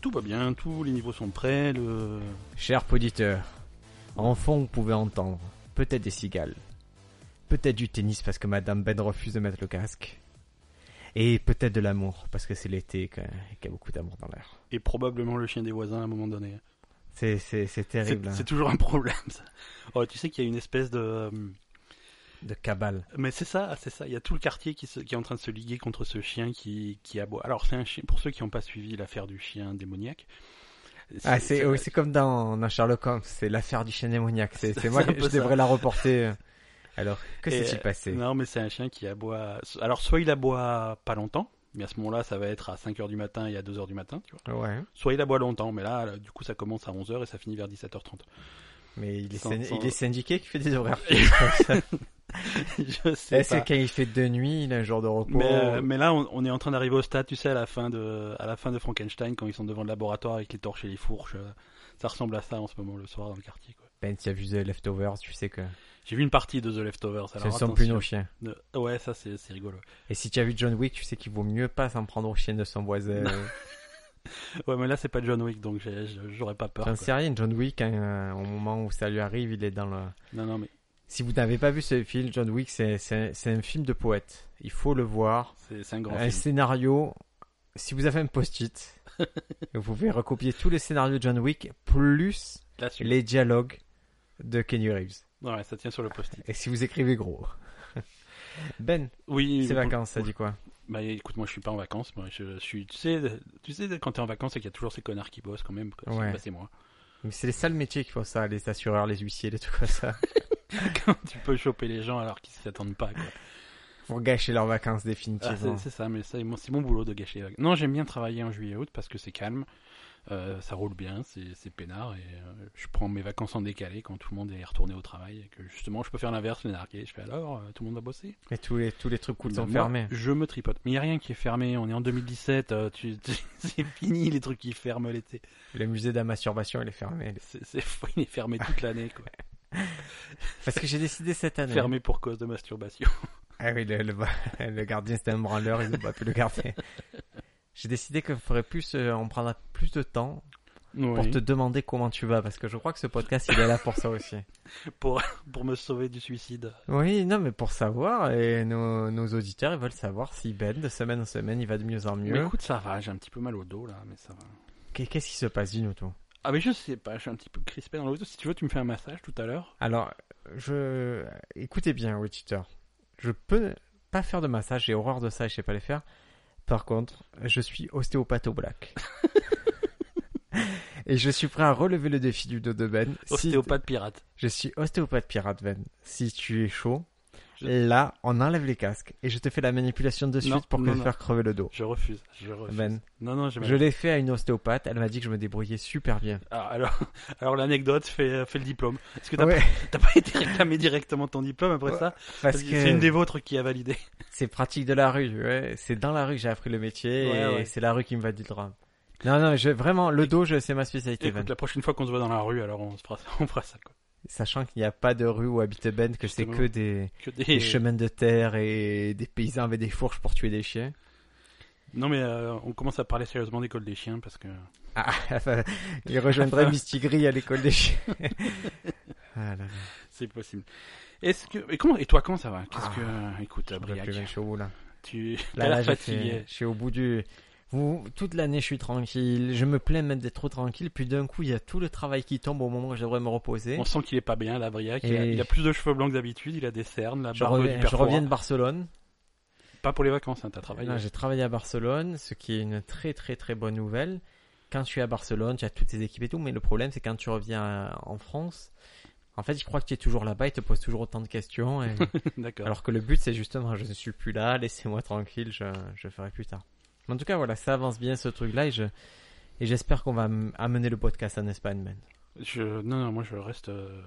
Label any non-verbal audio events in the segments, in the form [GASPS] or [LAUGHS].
Tout va bien, tous les niveaux sont prêts, le... Cher auditeur, enfant, vous pouvez entendre peut-être des cigales, peut-être du tennis parce que Madame Ben refuse de mettre le casque, et peut-être de l'amour parce que c'est l'été et que- et qu'il y a beaucoup d'amour dans l'air. Et probablement le chien des voisins à un moment donné. C'est, c'est, c'est C'est terrible, hein, c'est toujours un problème, ça. Oh, tu sais qu'il y a une espèce de... euh, de cabale. Mais c'est ça, c'est ça. Il y a tout le quartier qui, se- qui est en train de se liguer contre ce chien qui, qui aboie. Alors, c'est un chien... Pour ceux qui n'ont pas suivi l'affaire du chien démoniaque... Ah, c'est, oui, c'est comme dans, dans Sherlock Holmes, c'est l'affaire du chien démoniaque. C'est, c'est moi c'est un qui peu je devrais la reporter. Alors, que Et, euh, s'est-il passé Non, mais c'est un chien qui aboie... Alors, soit il aboie pas longtemps, mais à ce moment-là, ça va être à 5h du matin et à 2h du matin, tu vois. Ouais, Soit il aboie longtemps, mais là, du coup, ça commence à 11h et ça finit vers 17h30. mais il est, Sans- syn- sans- il est syndiqué qui fait des horaires. [LAUGHS] Je sais Est-ce pas. que quand il fait deux nuits, il a un jour de repos Mais, euh, mais là, on, on est en train d'arriver au stade, tu sais, à la fin de, à la fin de Frankenstein, quand ils sont devant le laboratoire avec les torches et les fourches. euh, Ça ressemble à ça en ce moment le soir dans le quartier. quoi. Ben, tu as vu The Leftovers, tu sais que J'ai vu une partie de The Leftovers. ce ne Alors sont plus attention. nos chiens. Ne- Ouais, ça c'est c'est rigolo. Et si tu as vu John Wick, tu sais qu'il vaut mieux pas s'en prendre aux chiens de son voisin. Ouais, mais là c'est pas John Wick, donc j'ai- j'aurais pas peur. [LAUGHS] J'en quoi. sais rien, John Wick, hein, au moment où ça lui arrive, il est dans le... Non, non, mais Si vous n'avez pas vu ce film, John Wick, c'est- c'est c'est un film de poète. Il faut le voir. c'est c'est un grand Un film. scénario, si vous avez un [LAUGHS] post-it, vous pouvez recopier tous les scénarios de John Wick, plus La suite. les dialogues de Kenny Reeves. Ouais, ça tient sur le post-it. Et si vous écrivez gros. [LAUGHS] Ben, Oui. ces pour- vacances, ça dit quoi Bah écoute, moi je suis pas en vacances. Moi, je, je suis. Tu sais, tu sais quand t'es en vacances, c'est qu'il y a toujours ces connards qui bossent quand même. quoi. Ouais. Bah, c'est moi. Mais c'est les sales métiers qui font ça, les assureurs, les huissiers, les trucs comme ça. tu peux choper les gens alors qu'ils s'attendent pas. Quoi. Pour gâcher leurs vacances Ah, c'est définitivement. c'est ça, mais ça, c'est mon boulot de gâcher. les vac- Non, j'aime bien travailler en juillet-août parce que c'est calme, euh, ça roule bien, c'est c'est peinard et euh, je prends mes vacances en décalé quand tout le monde est retourné au travail et que justement je peux faire l'inverse, les narguer. Je fais alors, euh, tout le monde va bosser. Mais tous les, tous les trucs cool Bah, sont moi, fermés. Je me tripote. Mais il n'y a rien qui est fermé, on est en 2017, euh, tu- tu- [LAUGHS] c'est fini les trucs qui ferment l'été. Le musée de la masturbation, il est fermé. C'est c'est- il est fermé toute l'année, [LAUGHS] quoi. Parce que j'ai décidé cette année. fermé pour cause de masturbation. Ah oui, le, [LAUGHS] le, le gardien, c'était un branleur, ils n'ont pas pu le garder. J'ai décidé que ferait plus, euh, on prendra plus de temps pour Oui. te demander comment tu vas, parce que je crois que ce podcast, il est là pour ça aussi. Pour- pour me sauver du suicide. Oui, non, mais pour savoir, et nos, nos auditeurs, ils veulent savoir si Ben, de semaine en semaine, il va de mieux en Mais mieux. écoute, ça va, j'ai un petit peu mal au dos là, mais ça va. Qu'est- Qu'est-ce qui se passe, dis-nous tout. Ah mais je sais pas, je suis un petit peu crispé dans l'auto. Si tu veux, tu me fais un massage tout à l'heure. Alors, je... Écoutez bien, auditeur. Je peux pas faire de massage, j'ai horreur de ça et je sais pas les faire. Par contre, je suis ostéopathe au [LAUGHS] black. et je suis prêt à relever le défi du dos de Ben. Si- Ostéopathe pirate. je suis ostéopathe pirate, Ben. Si tu es chaud, Je- là, on enlève les casques et je te fais la manipulation de suite Non, pour te non, non. faire crever le dos. Je refuse, je refuse. Ben, Non, non, j'ai mal. je l'ai fait à une ostéopathe, elle m'a dit que je me débrouillais super bien. Ah, alors, [LAUGHS] alors l'anecdote fait, euh, fait le diplôme. Est-ce que t'as Ouais, pas, t'as pas été réclamé directement ton diplôme après Ouais, ça parce que c'est une des vôtres qui a validé. C'est pratique de la rue, ouais. C'est dans la rue que j'ai appris le métier Ouais, et ouais. c'est la rue qui me va dire le drame. Non, non, je, vraiment, le dos, je- c'est ma spécialité, Ben. Écoute, la prochaine fois qu'on se voit dans la rue, alors on se fera, on fera ça [LAUGHS] quoi. Sachant qu'il n'y a pas de rue où habite Ben, que c'est Justement. que des, Que des- des chemins de terre et des paysans avec des fourches pour tuer des chiens. [LAUGHS] Non mais euh, on commence à parler sérieusement d'école des chiens parce que Ah, enfin, il rejoindrait Mistigris à l'école des chiens. [LAUGHS] ah là là, c'est possible. Est-ce que et comment et toi comment ça va Qu'est-ce Ah, que écoute je peux Briac, plus, Ben, je suis au bout, là. tu Là, t'as là, l'air j'ai fatigué. fait- je suis au bout du. Vous, toute l'année, je suis tranquille. Je me plains même d'être trop tranquille. Puis d'un coup, il y a tout le travail qui tombe au moment où je devrais me reposer. On sent qu'il est pas bien, là, Briac. Il, a, Et- il a plus de cheveux blancs que d'habitude, il a des cernes, la Je barbe reviens, du hein. je père reviens de Fouras. Barcelone. Pas pour les vacances, hein, t'as travaillé. Là, j'ai travaillé à Barcelone, ce qui est une très très très bonne nouvelle. Quand tu es à Barcelone, tu as toutes tes équipes et tout, mais le problème c'est quand tu reviens euh, en France, en fait, je crois que tu es toujours là-bas, ils te posent toujours autant de questions. [LAUGHS] et- [LAUGHS] D'accord. Alors que le but c'est justement, je ne suis plus là, laissez-moi tranquille, je, je ferai plus tard. Mais en tout cas, voilà, ça avance bien ce truc-là et je et j'espère qu'on va am- amener le podcast en Espagne, Ben. man. Je... Non, non, moi je reste. euh,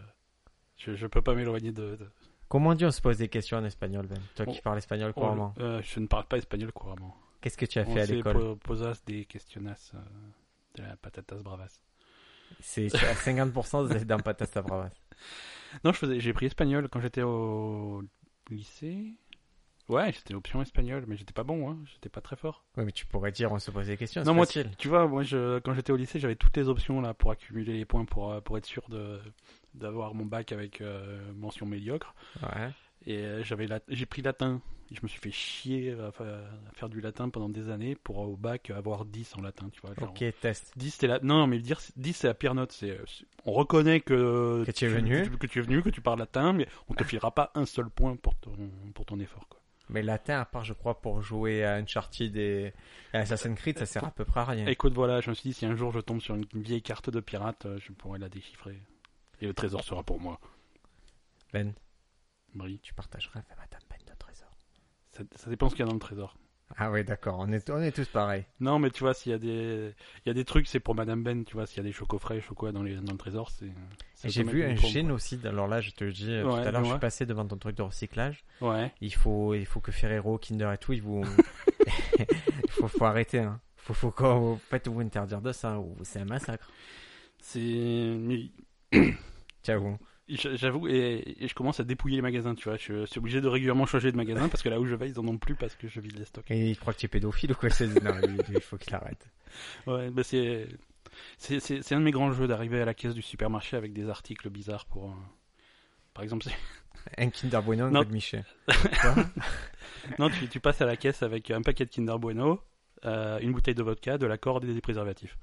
Je, je peux pas m'éloigner de. de- Comment on dit on se pose des questions en espagnol, Ben Toi qui On- parles espagnol couramment, Euh, je ne parle pas espagnol couramment. qu'est-ce que tu as On fait à s'est l'école po- posas des questionas euh, de la patatas bravas. C'est c'est à 50% de- dans Patas Bravas. Non, je faisais... j'ai pris espagnol quand j'étais au lycée. Ouais, j'étais option espagnol, mais j'étais pas bon, hein. j'étais pas très fort. Ouais, mais tu pourrais dire, on se pose des questions. non, c'est moi, tu, facile. tu vois, moi, je, quand j'étais au lycée, j'avais toutes les options là pour accumuler les points, pour, euh, pour être sûr de d'avoir mon bac avec euh, mention médiocre. Ouais. Et euh, j'avais la- j'ai pris latin. Et je me suis fait chier à, fa- à faire du latin pendant des années pour euh, au bac avoir 10 en latin, tu vois. genre. Ok, test. 10, c'était la... Non, non, mais dire 10, c'est la pire note. C'est... euh, c'est- On reconnaît que, Que tu es venu. que tu, que tu es venu, que tu parles latin, mais on te filera pas un seul point pour ton, pour ton effort. Quoi. Mais latin, à part, je crois, pour jouer à Uncharted et et Assassin's Creed, ça sert à peu près à rien. Écoute, voilà, je me suis dit, si un jour je tombe sur une vieille carte de pirate, euh, je pourrais la déchiffrer. Et le trésor sera pour moi. Ben, Brie, tu partagerais avec Madame Ben de trésor. ça, ça dépend ce qu'il y a dans le trésor. Ah oui, d'accord, on est, on est tous pareils. Non, mais tu vois, s'il y a des, il y a des trucs, c'est pour Madame Ben, tu vois, s'il y a des chocos frais, chocolat dans, les... dans le trésor, c'est. c'est Et J'ai vu un automatiquement pour chêne aussi, alors là, je te le dis, euh, Ouais, tout à l'heure, je ouais. suis passé devant ton truc de recyclage. moi. Ouais. Il faut, il faut que Ferrero, Kinder et tout, [LAUGHS] ils vous... il faut, faut arrêter, hein. Faut, faut quoi, vous faites vous interdire de ça, hein, ou c'est un massacre. C'est. mais Ciao. J- J'avoue, et, et je commence à dépouiller les magasins, tu vois. Je, suis obligé de régulièrement changer de magasin parce que là où je vais, ils en ont plus parce que je vide les stocks. Et il croit que tu es pédophile ou quoi c'est- Non, lui, lui, il faut qu'il arrête. Ouais, bah c'est. C'est c'est- c'est un de mes grands jeux d'arriver à la caisse du supermarché avec des articles bizarres pour. euh, Par exemple, c'est- [LAUGHS] Un Kinder Bueno, un Non. Gold Michel. Quoi non, tu, tu passes à la caisse avec un paquet de Kinder Bueno, euh, une bouteille de vodka, de la corde et des préservatifs.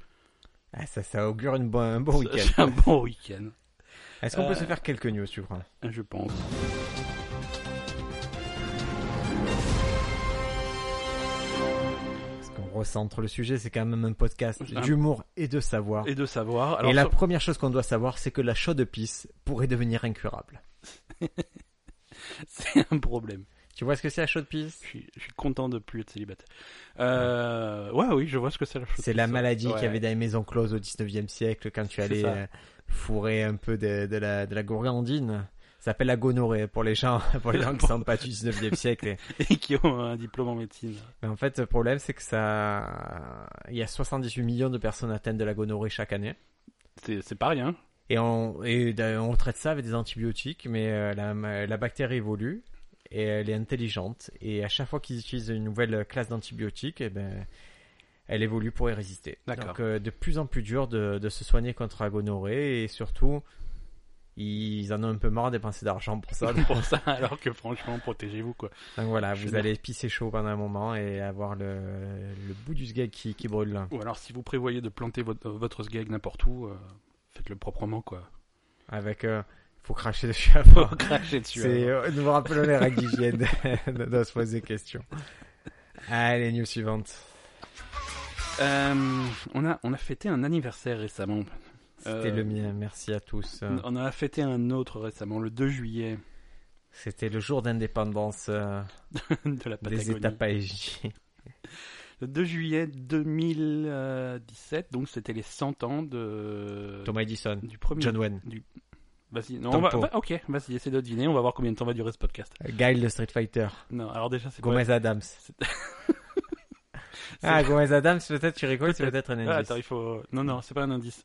ah, ça, ça augure une bo- un bon week-end. C'est un bon week-end, Est-ce qu'on Euh, peut se faire quelques news, tu crois je pense. Parce qu'on recentre le sujet, c'est quand même un podcast Un- d'humour et de savoir. Et de savoir. et Alors, la sur- première chose qu'on doit savoir, c'est que la chaude pisse pourrait devenir incurable. [LAUGHS] c'est un problème. Tu vois ce que c'est la chaude pisse Je suis, je suis content de plus être célibataire. Euh, ouais, oui, je vois ce que c'est la chose. C'est la maladie qu'il y Ouais. avait dans les maisons closes au 19e siècle quand tu C'est allais ça. euh, fourrer un peu de, de la, de la gourgandine. Ça s'appelle la gonorrhée pour les gens, [LAUGHS] pour les gens qui sont pas du 19e siècle. [LAUGHS] et qui ont un diplôme en médecine. Mais Ben, en fait, le problème, c'est que ça, il y a 78 millions de personnes atteintes de la gonorrhée chaque année. C'est c'est pas rien. Et on, et d'ailleurs, on traite ça avec des antibiotiques, mais euh, la, la bactérie évolue et elle est intelligente. Et à chaque fois qu'ils utilisent une nouvelle classe d'antibiotiques, eh ben, elle évolue pour y résister. D'accord. Donc euh, de plus en plus dur de, de se soigner contre la gonorrhée et surtout, ils en ont un peu marre de dépenser d'argent [LAUGHS] pour ça. pour ça, alors que franchement, protégez-vous quoi. Donc voilà, Je vous suis allez pisser chaud pendant un moment et avoir le, le bout du sgeg qui, qui brûle. Ou alors, si vous prévoyez de planter votre, votre sgeg n'importe où, euh, faites-le proprement [LAUGHS] quoi. Avec, euh, faut cracher dessus Faut [LAUGHS] avant. cracher dessus. C'est, hein. euh, nous vous rappelons les règles d'hygiène [LAUGHS] de, de se poser des questions. Allez, news suivante. Euh, on a on a fêté un anniversaire récemment. C'était Euh, le mien, merci à tous. Euh, On en a fêté un autre récemment, le 2 juillet [LAUGHS] C'était le jour d'indépendance euh, de la des Patagonie. étapes AEJ. Le 2 juillet 2017, donc c'était les 100 ans de Thomas Edison, du premier. John Wayne, Vas-y, non, on va- Tempo. va- ok, vas-y, essaie de deviner, on va voir combien de temps va durer ce podcast. Guile de Street Fighter, Non, alors déjà c'est Gomez Adams. C'est- [LAUGHS] ah, Gomez Adams, peut-être tu rigoles, c'est Peut-être. peut-être un Ah, indice. attends, il faut. Non, non, c'est pas un indice.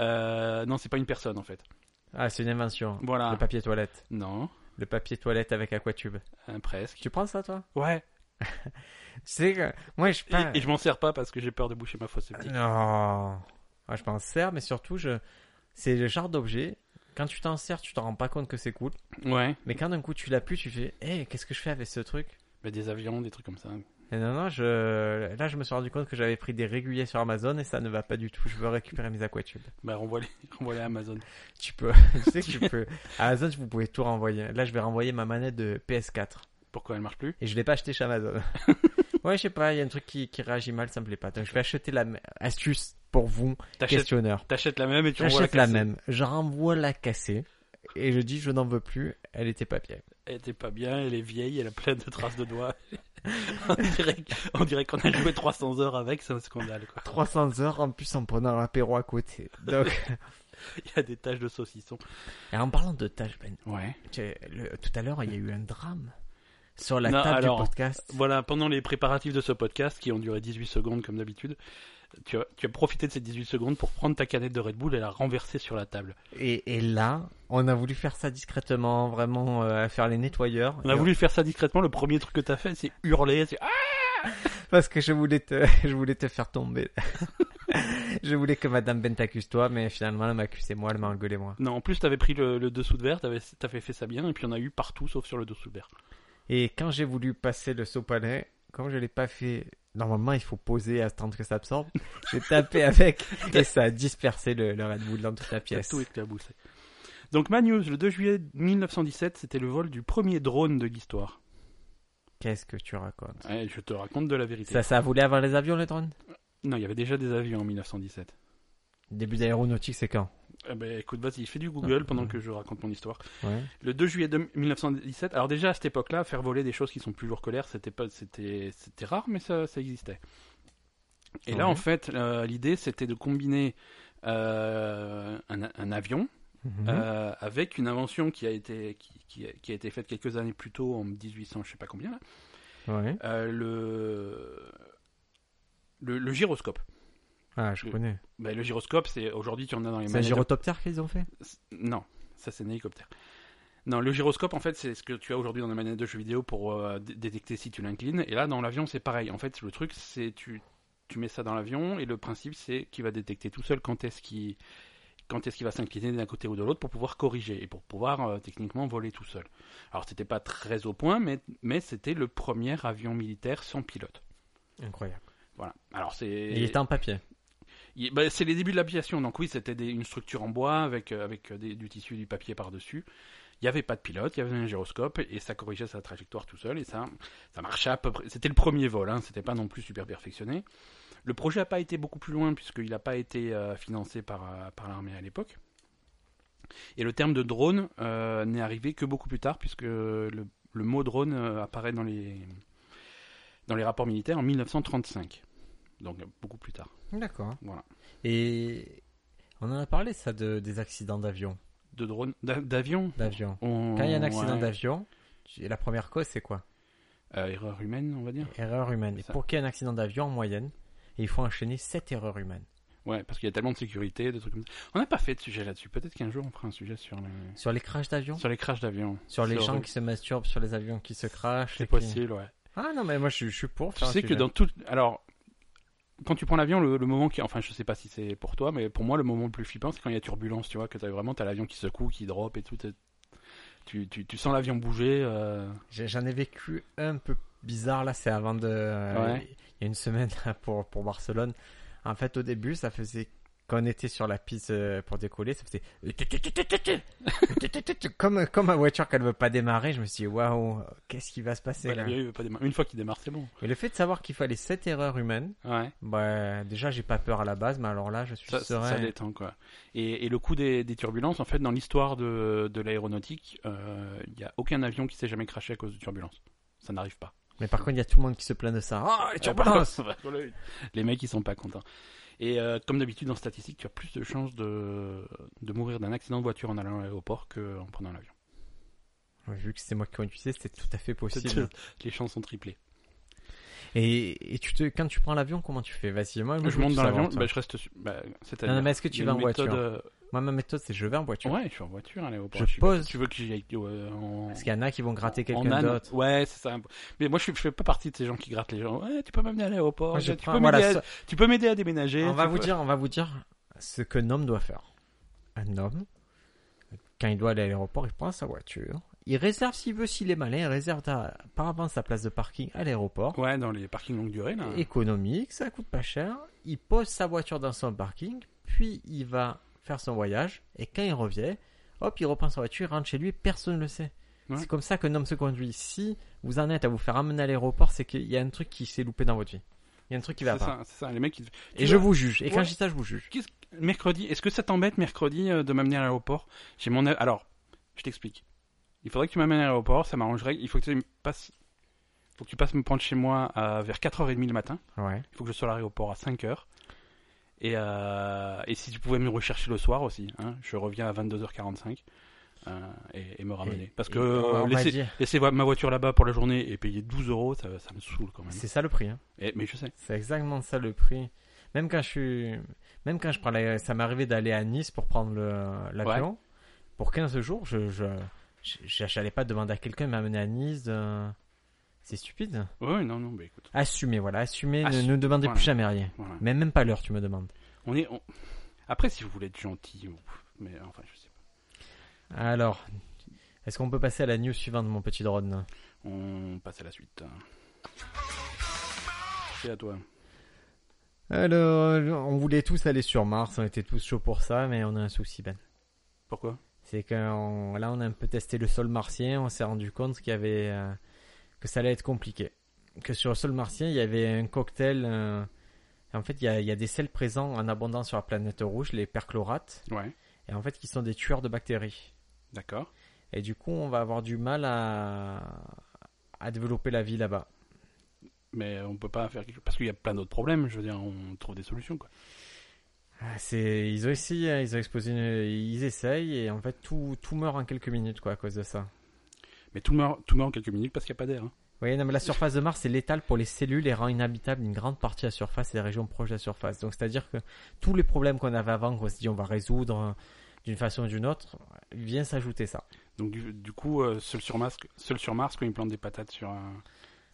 Euh, non, c'est pas une personne en fait. Ah, c'est une invention. Voilà. Le papier toilette. Non, Le papier toilette avec aquatube. euh, presque. Tu prends ça, toi Ouais. Tu sais que moi, je Et, pas... et je m'en sers pas parce que j'ai peur de boucher ma fosse septique. Non. Ah, je m'en sers, mais surtout, je... c'est le genre d'objet. Quand tu t'en sers, tu t'en rends pas compte que c'est cool. Ouais. Mais quand d'un coup tu l'as plus, tu fais Hé, qu'est-ce que je fais avec ce truc Mais des avions, des trucs comme ça. Et Non, non, je... là je me suis rendu compte que j'avais pris des réguliers sur Amazon et ça ne va pas du tout. Je veux récupérer mes aquatubes. Bah, renvoie les, [LAUGHS] renvoie les Amazon. Tu peux, [LAUGHS] tu sais que tu peux. À Amazon, vous pouvez tout renvoyer. Là, je vais renvoyer ma manette de PS4 Pourquoi elle marche plus et je l'ai pas acheté chez Amazon. ouais, je sais pas, il y a un truc qui, qui réagit mal, ça me plaît pas. Donc je vais acheter la m- astuce pour vous, T'achètes, questionneur. t'achètes la même et tu renvoies la, J'achète la cassée. même, je renvoie la cassée et je dis je n'en veux plus, elle était pas bien. Elle était pas bien, elle est vieille, elle a plein de traces de doigts. [LAUGHS] on dirait, on dirait qu'on a joué 300 heures avec, c'est un scandale quoi. 300 heures en plus en prenant l'apéro à côté. Donc, Il y a des taches de saucisson. [LAUGHS] et en parlant de tâches, Ben, Ouais. tu sais, le- tout à l'heure il y a eu un drame sur la Non, table alors, du podcast. Voilà, pendant les préparatifs de ce podcast qui ont duré 18 secondes comme d'habitude, tu as, tu as profité de ces 18 secondes pour prendre ta canette de Red Bull et la renverser sur la table. Et, et là, on a voulu faire ça discrètement, vraiment euh, à faire les nettoyeurs. On a Et voulu faire ça discrètement. Le premier truc que t'as fait, c'est hurler. C'est... Ah Parce que je voulais te, [LAUGHS] je voulais te faire tomber. [LAUGHS] je voulais que Madame Ben t'accuse toi, mais finalement elle m'a accusé moi, elle m'a engueulé moi. non, en plus, t'avais pris le, le dessous de verre, t'avais, t'avais fait ça bien, et puis on a eu partout sauf sur le dessous de verre. Et quand j'ai voulu passer le sopalin, comme je l'ai pas fait, normalement il faut poser à attendre que ça [LAUGHS] absorbe. J'ai tapé avec et ça a dispersé le, le Red Bull dans toute la T'as pièce. tout éclaboussé. Donc, ma news, le 2 juillet 1917, c'était le vol du premier drone de l'histoire. Qu'est-ce que tu racontes Ouais, je te raconte de la vérité. Ça, ça voulait avoir les avions, le drone Non, il y avait déjà des avions en 1917. Début d'aéronautique, c'est quand Eh ben, écoute, vas-y, fais du Google Ah, pendant ouais. que je raconte mon histoire. Ouais. Le 2 juillet de- 1917, alors déjà à cette époque-là, faire voler des choses qui sont plus lourds que l'air, c'était pas, c'était, c'était rare, mais ça, ça existait. Et là, Ouais. en fait, euh, l'idée, c'était de combiner euh, un, un avion Mhm. euh, avec une invention qui a été, qui, qui a- qui a été faite quelques années plus tôt, en 1800, je sais pas combien, là, ouais. euh, le, le, le gyroscope. Ah, je le- connais. Ben, le gyroscope, c'est aujourd'hui, tu en as dans les C'est un manettes de gyrotoptère qu'ils ont fait C- Non, ça c'est un hélicoptère. Non, le gyroscope, en fait, c'est ce que tu as aujourd'hui dans les manettes de jeux vidéo pour euh, dé- détecter si tu l'inclines. Et là, dans l'avion, c'est pareil. En fait, le truc, c'est tu, tu mets ça dans l'avion et le principe, c'est qu'il va détecter tout seul quand est-ce qu'il quand est-ce qu'il va s'incliner d'un côté ou de l'autre pour pouvoir corriger et pour pouvoir euh, techniquement voler tout seul. Alors, c'était pas très au point, mais, mais c'était le premier avion militaire sans pilote. Incroyable. Voilà. Alors, c'est. Il était en papier. Il- bah, c'est les débuts de l'aviation, donc oui, c'était des- une structure en bois avec, euh, avec euh, des- du tissu et du papier par-dessus. Il n'y avait pas de pilote, il y avait un gyroscope et ça corrigeait sa trajectoire tout seul et ça, ça marchait à peu près. C'était le premier vol, hein, c'était pas non plus super perfectionné. Le projet n'a pas été beaucoup plus loin puisqu'il n'a pas été euh, financé par, euh, par l'armée à l'époque. Et le terme de drone euh, n'est arrivé que beaucoup plus tard puisque le, le mot drone euh, apparaît dans les, dans les rapports militaires en 1935. Donc euh, beaucoup plus tard. D'accord. Voilà. Et on en a parlé, ça, de, des accidents d'avion. de drone d'a- d'avion D'avion. On- Quand il y a un accident ouais. d'avion, j'ai- la première cause, c'est quoi Euh, erreur humaine on va dire Erreur humaine. Et Ça. pour qu'il y ait un accident d'avion en moyenne, il faut enchaîner 7 erreurs humaines. ouais parce qu'il y a tellement de sécurité de trucs comme ça on n'a pas fait de sujet là-dessus peut-être qu'un jour on fera un sujet sur les Sur les crashs d'avion sur les crashs d'avion Sur les Sur- gens qui se masturbent, sur les avions qui se crashent. c'est et qui- possible ouais Ah non, mais moi je, je suis pour. tu faire un sais que sujet. dans tout alors quand tu prends l'avion le, le moment qui enfin je sais pas si c'est pour toi mais pour moi le moment le plus flippant c'est quand il y a turbulence tu vois que t'as vraiment t'as l'avion qui secoue qui drop et tout t'es- tu, tu, tu sens l'avion bouger euh, J'ai- J'en ai vécu un peu bizarre là, c'est avant de. euh, Ouais. Il y a une semaine [LAUGHS] là, pour, pour Barcelone. En fait, au début, ça faisait. Quand on était sur la piste euh, pour décoller, ça faisait. [LAUGHS] comme, comme ma voiture qu'elle veut pas démarrer, je me suis dit, waouh, qu'est-ce qui va se passer ouais, là l'avion, il veut pas démarrer. une fois qu'il démarre c'est bon Et le fait de savoir qu'il fallait 7 erreurs humaines, ouais bah, déjà, j'ai pas peur à la base, mais alors là, je suis Ça, ça- serein. ça détend quoi. Et, et le coup des, des turbulences, en fait, dans l'histoire de, de l'aéronautique, euh, il n'y a aucun avion qui s'est jamais crashé à cause de turbulences. Ça n'arrive pas. Mais par contre, il y a tout le monde qui se plaint de ça. Ah, les [LAUGHS] turbulences Euh, par contre, Les mecs, ils sont pas contents. Et euh, comme d'habitude, en statistique, tu as plus de chances de, de mourir d'un accident de voiture en allant à l'aéroport qu'en prenant l'avion. Vu que c'est moi qui conduisais, c'était tout à fait possible. Les chances sont triplées. Et, et tu te, quand tu prends l'avion, comment tu fais Vas-y, moi, moi, je veux monte tout dans savoir, l'avion, toi. bah, je reste. su- Bah, c'est Non, non, mais est-ce que tu vas en voiture voiture Moi, ma méthode, c'est je vais en voiture. euh, Ouais, je suis en voiture à l'aéroport. Je suis pas- pose. Tu veux que j'y aille euh, en- Parce qu'il y en a qui vont gratter En quelqu'un âne. d'autre. Ouais, c'est ça. Mais moi, je, suis- je fais pas partie de ces gens qui grattent les gens. Ouais, tu peux m'amener à l'aéroport. Moi, Oh, je bah, tu, prends- peux voilà, m'aider à- ça- tu peux m'aider à déménager. on va tu vous peux- dire, on va vous dire ce qu'un homme doit faire. Un homme, quand il doit aller à l'aéroport, il prend sa voiture. Il réserve s'il veut, s'il est malin, il réserve ta- par avance sa place de parking à l'aéroport. Ouais, dans les parkings longue durée, là. Économique, ça coûte pas cher. Il pose sa voiture dans son parking, puis il va faire son voyage. Et quand il revient, hop, il reprend sa voiture, il rentre chez lui, personne ne le sait. Ouais. C'est comme ça qu'un homme se conduit. Si vous en êtes à vous faire amener à l'aéroport, c'est qu'il y a un truc qui s'est loupé dans votre vie. Il y a un truc qui va C'est pas. ça, c'est ça. Les mecs, ils... Et Tu je vois, vous juge. Et quand Ouais. je dis ça, je vous juge. Qu'est-ce- mercredi, est-ce que ça t'embête mercredi euh, de m'amener à l'aéroport J'ai mon. a- Alors, je t'explique. Il faudrait que tu m'amènes à l'aéroport, ça m'arrangerait. Il faut que tu me passes. Faut que tu passes me prendre chez moi à- vers 4h30 le matin. Ouais. Il faut que je sois à l'aéroport à 5h. Et, euh, et si tu pouvais me rechercher le soir aussi, hein, je reviens à 22h45 euh, et, et me ramener. Parce que euh, on m'a laisser, dit- laisser vo- ma voiture là-bas pour la journée et payer 12 euros, ça, ça me saoule quand même. c'est ça le prix. hein. Et- mais je sais. C'est exactement ça le prix. Même quand je suis, même quand je prends, la- ça m'est arrivé d'aller à Nice pour prendre le- l'avion. Pour 15 jours, je, je, je- je- j'allais pas demander à quelqu'un de m'amener à Nice. de- C'est stupide. Ouais, non, non, mais écoute. Assumez, voilà, assumez, Assu- ne, ne demandez voilà. plus jamais rien. Voilà. Mais même pas l'heure, tu me demandes. On est, on- Après, si vous voulez être gentil, ou- mais enfin, je sais pas. Alors, est-ce qu'on peut passer à la news suivante, mon petit drone On passe à la suite. hein. C'est à toi. Alors, on voulait tous aller sur Mars, on était tous chauds pour ça, mais on a un souci, Ben. Pourquoi C'est que on- là, on a un peu testé le sol martien, on s'est rendu compte qu'il y avait euh, que ça allait être compliqué. Que sur le sol martien, il y avait un cocktail. euh, en fait, il y, a, il y a des sels présents en abondance sur la planète rouge, les perchlorates, Ouais, et en fait, qui sont des tueurs de bactéries. d'accord. Et du coup, on va avoir du mal à, à développer la vie là-bas. Mais on peut pas faire quelque chose. Parce qu'il y a plein d'autres problèmes, je veux dire, on trouve des solutions, quoi. Ah, C'est, ils ont essayé, hein, ils ont exposé, une- ils essayent, et en fait, tout, tout meurt en quelques minutes, quoi, à cause de ça. Mais tout meurt, tout meurt en quelques minutes parce qu'il n'y a pas d'air. hein. Oui, non, mais la surface de Mars est létale pour les cellules et rend inhabitable une grande partie de la surface et les régions proches de la surface. Donc, c'est-à-dire que tous les problèmes qu'on avait avant, qu'on se dit on va résoudre euh, d'une façon ou d'une autre, vient s'ajouter ça. Donc, du, du coup, euh, seul, sur Mars, seul sur Mars, quand ils plantent des patates sur un.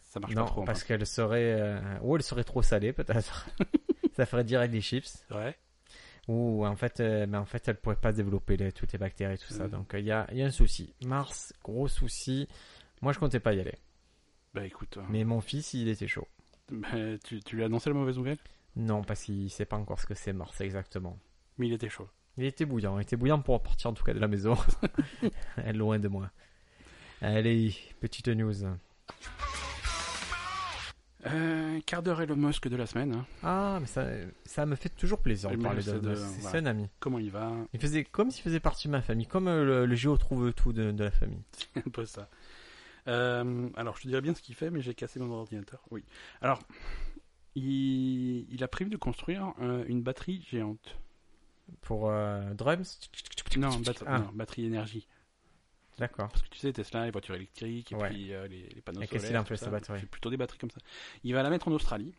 Ça marche non, pas trop. hein. parce qu'elle serait, euh, ou elle serait trop salée peut-être. [LAUGHS] ça ferait direct des chips. hein. Ouais. Ou en fait, euh, mais en fait, elle pourrait pas développer les- toutes les bactéries et tout ça. Mhm. Donc, il y, a, y a un souci. Mars, gros souci. Moi, je comptais pas y aller. Bah écoute, euh, Mais mon fils, il était chaud. [LAUGHS] bah, tu, tu lui as annoncé la mauvaise nouvelle Non, parce qu'il sait pas encore ce que c'est Mars exactement. Mais il était chaud. Il était bouillant, il était bouillant pour partir en tout cas de la maison. Loin de moi. Allez, petite news. Euh, quart d'heure et le Musk de la semaine. hein. Ah, mais ça, ça me fait toujours plaisir de Oui, parler mais de, c'est de- C'est voilà. c'est un ami. Comment il va [LAUGHS] Il faisait comme s'il faisait partie de ma famille, comme euh, le, le géo trouve tout de, de la famille. un peu ça. Euh, alors, je te dirais bien ce qu'il fait, mais j'ai cassé mon ordinateur. Oui. Alors, il, il a prévu de construire euh, une batterie géante. Pour euh, drums Non, batte- Ah. non, batterie énergie. D'accord. Parce que tu sais, Tesla, les voitures électriques, et Ouais. puis euh, les, les panneaux Et qu'est-ce solaires. qu'il en tout fait, sa ça. batterie C'est plutôt des batteries comme ça. Il va la mettre en Australie,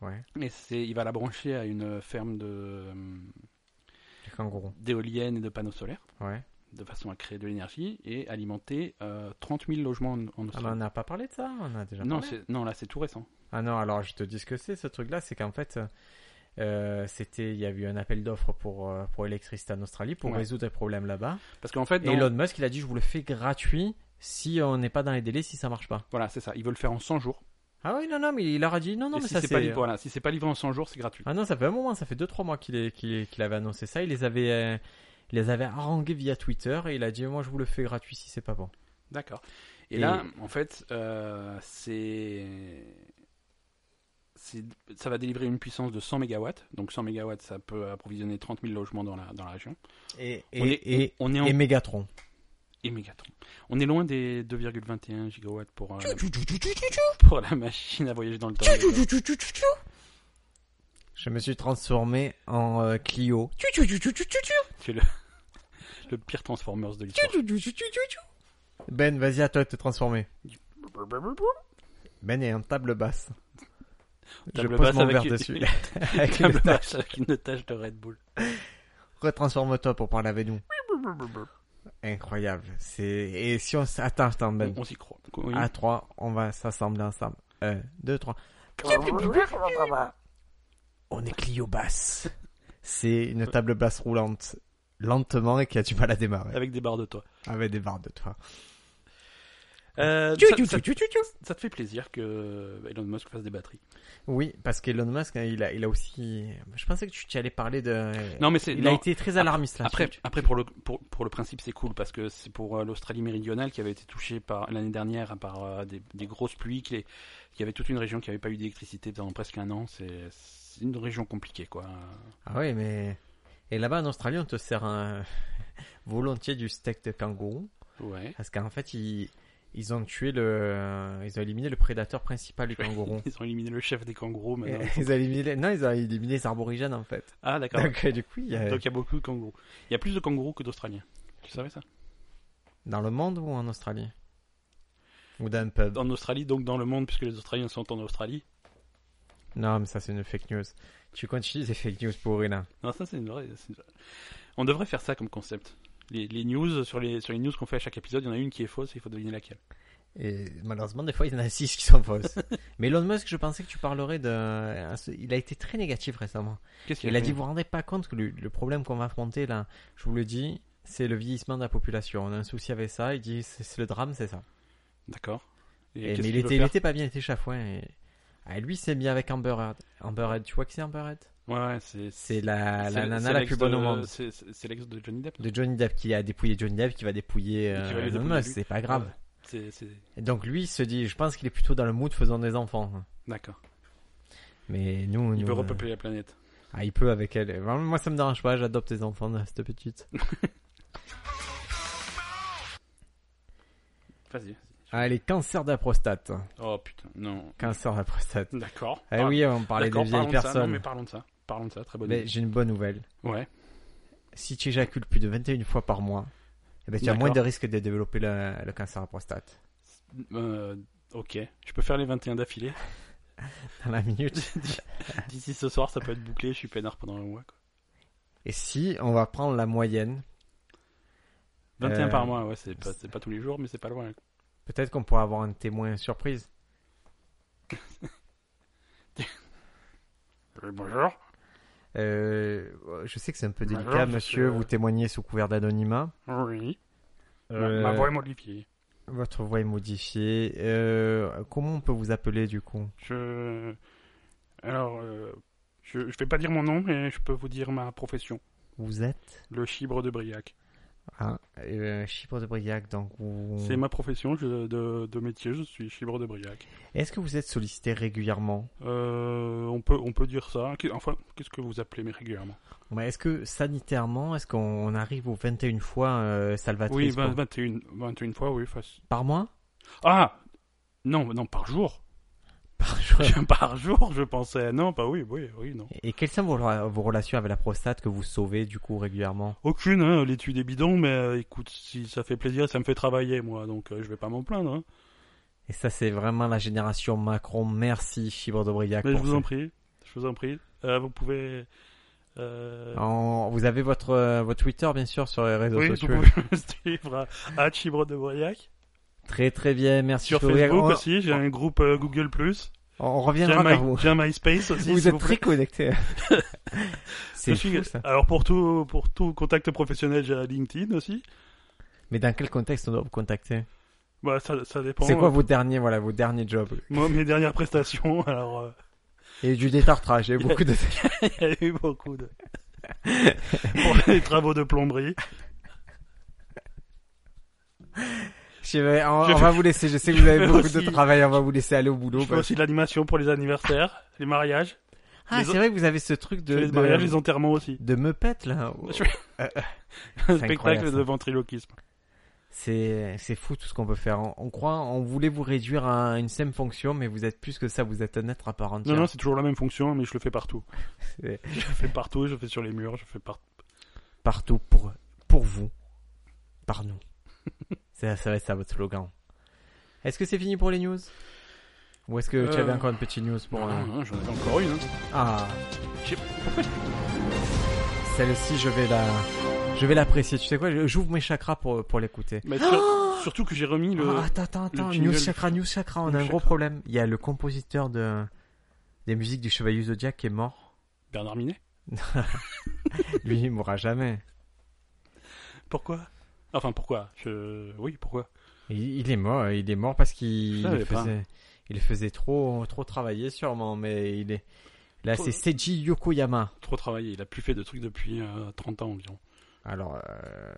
Ouais, et c'est, il va la brancher à une ferme de, euh, le kangourou. d'éoliennes et de panneaux solaires, Ouais. de façon à créer de l'énergie et alimenter euh, 30 000 logements en, en Ah, mais on Australie. n'a pas parlé de ça On a déjà non, parlé c'est- non, là, c'est tout récent. Ah non, alors je te dis ce que c'est ce truc-là, c'est qu'en fait, euh, c'était, il y a eu un appel d'offres pour euh, pour l'électricité en Australie pour Ouais. résoudre les problèmes là-bas. Parce qu'en fait, Et dans- Elon Musk, il a dit, je vous le fais gratuit si on n'est pas dans les délais, si ça marche pas. voilà, c'est ça. Ils veulent faire en 100 jours. Ah oui, non, non, mais il leur a dit, non, non, Et mais si ça c'est pas c'est. euh, livré, voilà, si c'est pas livré en 100 jours, c'est gratuit. Ah non, ça fait un moment, ça fait 2-3 mois qu'il est, qu'il est- qu'il avait annoncé ça. Il les avait, euh, il les avait harangués via Twitter et il a dit, moi je vous le fais gratuit si c'est pas bon. D'accord. Et, Et- là, en fait, euh, c'est... c'est- ça va délivrer une puissance de 100 mégawatts. Donc 100 mégawatts, ça peut approvisionner 30 000 logements dans la, dans la région. Et, On est- et, et, On est en... et Megatron. et mégatons. On est loin des 2,21 gigawatts pour, euh, [LAUGHS] pour la machine à voyager dans le temps. Je me suis transformé en euh, Clio. C'est le... le pire Transformers de l'histoire. Ben, vas-y à toi de te transformer. [LAUGHS] Ben est en table [LAUGHS] basse. Table je pose basse mon avec verre une- [LAUGHS] dessus. avec Câble le tac. basse avec une tâche de Red Bull. Retransforme-toi pour parler avec [LAUGHS] nous. Incroyable. C'est et si on s- attends, attends Ben. On, on s'y croit. Oui. À trois, on va s'assembler ensemble. Un, deux, trois. On est Clio basse. C'est une table basse roulante lentement et qui a du mal à démarrer Avec des barres de toi. avec des barres de toi. Euh, ça, ça- ça te fait plaisir que Elon Musk fasse des batteries. Oui, parce qu'Elon Musk, hein, il a, il a aussi. Je pensais que tu tu allais parler de. Non, mais c'est Il non, a été très alarmiste là. après Tu- après pour le pour, pour le principe c'est cool parce que c'est pour euh, l'Australie méridionale qui avait été touchée par l'année dernière par euh, des, des grosses pluies qui qui avait toute une région qui avait pas eu d'électricité pendant presque un an. C'est c'est une région compliquée quoi. Ah oui, mais. Et là-bas en Australie, on te sert un... [LAUGHS] volontiers du steak de kangourou. Ouais. Parce qu'en fait, ils... ils ont tué le. Ils ont éliminé le prédateur principal [LAUGHS] du kangourou. Ils ont éliminé le chef des kangourous maintenant. Ils ont éliminé les... Non, ils ont éliminé les aborigènes en fait. Ah d'accord. Donc euh, du coup, [LAUGHS] il y a... Donc il y a beaucoup de kangourous. Il y a plus de kangourous que d'Australiens. Tu savais ça dans le monde ou en Australie Ou d'un pub En Australie donc dans le monde puisque les Australiens sont en Australie. Non, mais ça, c'est une fake news. Tu continues ces fake news pour hein. là. Non, ça, c'est une vraie. c'est une- On devrait faire ça comme concept. Les, les news, sur les, sur les news qu'on fait à chaque épisode, il y en a une qui est fausse, il faut deviner laquelle. Et malheureusement, des fois, il y en a 6 qui sont fausses. Mais Elon Musk, je pensais que tu parlerais d'un. Il a été très négatif récemment. Qu'est-ce qu'il Il a fait dit Vous vous rendez pas compte que le, le problème qu'on va affronter là, je vous le dis, c'est le vieillissement de la population. On a un souci avec ça. Il dit C'est c'est le drame, c'est ça. D'accord. Et- qu'est-ce mais il qu'il veut était, il faire était pas bien, il était chafouin. Et... Ah, lui, c'est bien avec Amber Heard. Amber Heard, tu vois qui c'est Amber Heard Ouais, ouais, c'est. C'est la, c'est- la nana c'est la l'ex plus bonne de- au monde. C'est c'est- c'est l'ex de Johnny Depp. non De Johnny Depp qui a dépouillé Johnny Depp, qui va dépouiller Et qui va euh, les Elon dépouiller Musk, lui. c'est pas grave. Ouais. C'est- c'est- Et donc lui, il se dit, je pense qu'il est plutôt dans le mood faisant des enfants. D'accord. Mais nous, Il nous, veut euh, repeupler la planète. ah, il peut avec elle. Vraiment, Moi, ça me dérange pas, j'adopte les enfants de cette petite. Vas-y. Ah, les cancers de la prostate. Oh putain, non. Cancer de la prostate. D'accord. Ah Par- oui, on parlait des d'accord, vieilles parlons de ça. Non, personnes. mais parlons de ça. Parlons de ça, très bonne Mais idée. j'ai une bonne nouvelle. Ouais. Si tu éjacules plus de 21 fois par mois, eh ben, tu as D'accord. moins de risques de développer le, le cancer à prostate. [LAUGHS] Euh, ok. Je peux faire les 21 [LAUGHS] d'affilée. [LAUGHS] Dans la minute. D'ici ce soir, ça peut être bouclé. Je suis peinard pendant un mois. quoi. Et si on va prendre la moyenne, 21 Euh, par mois, ouais, c'est pas, c'est pas tous les jours, mais c'est pas loin. peut-être qu'on pourra avoir un témoin surprise. Bonjour. Euh, je sais que c'est un peu Bah délicat, non, parce que- monsieur, vous témoignez sous couvert d'anonymat. Oui. Euh, Ma voix est modifiée. votre voix est modifiée. Euh, comment on peut vous appeler du coup Je. Alors, euh, je, je vais pas dire mon nom, mais je peux vous dire ma profession. Vous êtes Le chibre de Briac. un euh, chibre de Briac, donc vous... C'est ma profession je- de, de métier, je suis chibre de Briac. Est-ce que vous êtes sollicité régulièrement Euh, on, peut, on peut dire ça. Qu'est- Enfin, qu'est-ce que vous appelez mais régulièrement Ouais, Est-ce que sanitairement, est-ce qu'on on arrive aux 21 fois euh, Oui, salvatrices vingt- pour- 21, 21 fois, oui. faci- par mois Ah Non, non, par jour. Par jour [LAUGHS] par jour, je pensais. Non, pas oui, oui, oui, non. [LAUGHS] Et quelles sont vos, vos relations avec la prostate que vous sauvez du coup régulièrement Aucune, hein, l'étude est bidon, mais euh, écoute, si ça fait plaisir, ça me fait travailler, moi, donc euh, je vais pas m'en plaindre. hein. Et ça, c'est vraiment la génération Macron. Merci, Chibre de Briac. Mais je pour vous ça. en prie, je vous en prie. Euh, vous pouvez. euh, En- Vous avez votre, euh, votre Twitter, bien sûr, sur les réseaux oui, vous sociaux. pouvez me [LAUGHS] suivre euh, à, à Chibre de Briac. Très, très bien. Merci, Sur Chibre de Briac. Facebook On- aussi, j'ai un groupe euh, Google. On, J'ai reviendra un, vers My- vous. j'ai un MySpace aussi. vous si êtes vous très [LAUGHS] connectés. [LAUGHS] Je c'est suis- fou, ça. Alors pour tout, pour tout contact professionnel, j'ai LinkedIn aussi. Mais dans quel contexte on doit vous contacter Bah, ça, ça dépend. euh, C'est quoi vos derniers, voilà, vos derniers jobs Moi, mes dernières prestations, [LAUGHS] alors euh, Et du [LAUGHS] détartrage. J'ai eu Il y a- beaucoup de. il y a eu beaucoup [LAUGHS] de. pour les travaux de plomberie. Je vais- on, Je- on va vous laisser. Je sais que vous avez fais beaucoup aussi- de travail. On va vous laisser aller au boulot. Je fais parce- aussi de l'animation pour les anniversaires, les mariages. Ah, les- c'est vrai que vous avez ce truc de. Je fais les de- mariages, les enterrements aussi. de me pète là. Je fais Un [LAUGHS] spectacle incroyable, de ça. ventriloquisme. C'est c'est fou tout ce qu'on peut faire. On, on croit, on voulait vous réduire à une simple fonction, mais vous êtes plus que ça. Vous êtes un être à part Non, entière. non, c'est toujours la même fonction, mais je le fais partout. C'est Je le fais partout, je le fais sur les murs, je le fais partout. partout pour pour vous, [LAUGHS] par nous. ça, ça va être ça votre slogan. Est-ce que c'est fini pour les news Ou est-ce que tu Euh, avais encore une petite news pour Bon, euh, hein, j'en ai encore une. hein. Ah, Je sais celle-ci je vais la je vais l'apprécier. Tu sais quoi je- J'ouvre mes chakras pour pour l'écouter. Mais [GASPS] sur- surtout que j'ai remis le. Oh Ah, attends, attends, le attends. jingle. News Chakra, News Chakra, on News a un gros Chakra. problème. Il y a le compositeur de... des musiques du Chevalier Zodiac qui est mort. [LAUGHS] Bernard Minet Lui, il mourra jamais. Pourquoi Enfin, pourquoi je... Oui, pourquoi Il, il est mort, il est mort parce qu'il Je il savais pas. faisait, il faisait trop, trop travailler sûrement, mais il est. Là, Trop- c'est Seiji Yokoyama. Trop travaillé, il a plus fait de trucs depuis euh, 30 ans environ. Alors, euh,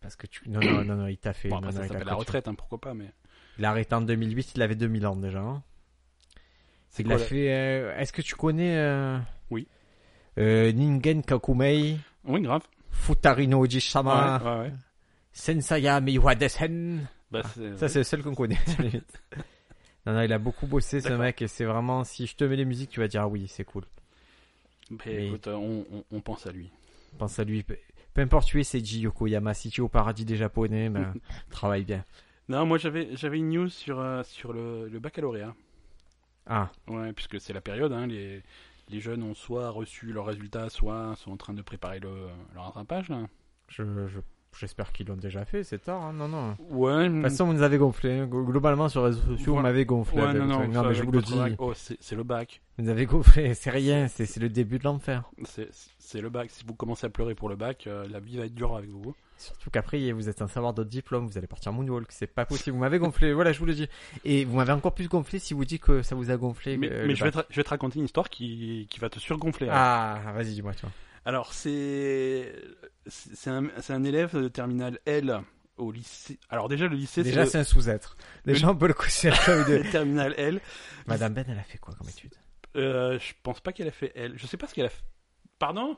parce que tu. Non, non, non, non, il t'a fait. Bon, non, après, non, ça il a s'appelle la continué. retraite, hein, pourquoi pas, mais. Il a arrêté en 2008, il avait 2000 ans déjà. hein. C'est il quoi a la- fait. euh, Est-ce que tu connais. euh, Oui. euh, Ningen Kakumei, Oui, grave. Futarino Ojishama. Ouais, ouais, ouais. Sensaya Miwa Desen. Bah, c'est- Ah. Ça, c'est le seul qu'on connaît. à la limite. non, non, il a beaucoup bossé, ce D'accord. mec, et c'est vraiment, si je te mets les musiques, tu vas dire, ah oui, c'est cool. Bah, Mais- écoute, euh, on, on- on pense à lui. Pense à lui. Peu peu importe tu es, c'est Ji Yokoyama. Si tu es au paradis des [LAUGHS] Japonais, ben, travaille bien. Non, moi j'avais j'avais une news sur euh, sur le, le baccalauréat. Ah, Ouais, puisque c'est la période, hein, les, les jeunes ont soit reçu leurs résultats, soit sont en train de préparer le, leur rattrapage. Là. je, je- j'espère qu'ils l'ont déjà fait, c'est tard, hein, non, non. De Ouais, toute façon, on nous avait gonflé. hein. Glo- Globalement, sur les réseaux sociaux, on Voilà. m'avait gonflé. Mm. ouais non, avec le non, truc. ça, mais je avec vous le votre dis. bac, oh, c'est c'est le bac. Vous avez gonflé, [LAUGHS] c'est rien, c'est c'est le début de l'enfer. C'est c'est le bac. Si vous commencez à pleurer pour le bac, euh, la vie va être dure avec vous. Surtout qu'après, vous êtes un savoir d'autres diplômes, vous allez partir en moonwalk, c'est pas possible. Vous m'avez gonflé, voilà, je vous le dis. Et vous m'avez encore plus gonflé si vous dites que ça vous a gonflé. Mais, euh, mais le je, vais bac. te, je vais te raconter une histoire qui, qui va te surgonfler. alors. Ah, vas-y, dis-moi, toi. Alors, c'est c'est un, c'est un élève de terminal L au lycée. Alors déjà, le lycée, Déjà, c'est c'est un sous-être. Déjà, on peut le coucher à l'œil le, de... le terminal L. Madame Ben, elle a fait quoi [LAUGHS] comme étude Euh, je pense pas qu'elle a fait L. Je sais pas ce qu'elle a fait. Pardon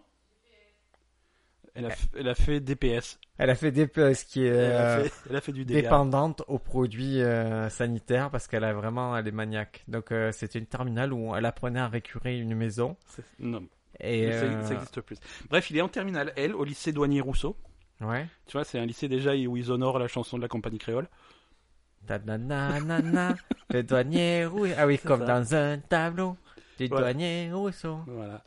elle a, f- elle a fait DPS. Elle a fait des ce qui est Elle, euh, a fait, elle a fait du dégât. dépendante aux produits euh, sanitaires parce qu'elle a vraiment elle est maniaque. Donc euh, c'était une terminale où elle apprenait à récurer une maison C'est- Non, et ça- euh, ça existe plus. Bref, il est en terminale L au lycée Douanier Rousseau. ouais. Tu vois, c'est un lycée déjà où ils honorent la chanson de la compagnie créole. Ta na na na na, le douanier roux. Ah oui, ça. comme dans un tableau. Les Voilà. douaniers rousseaux. Voilà.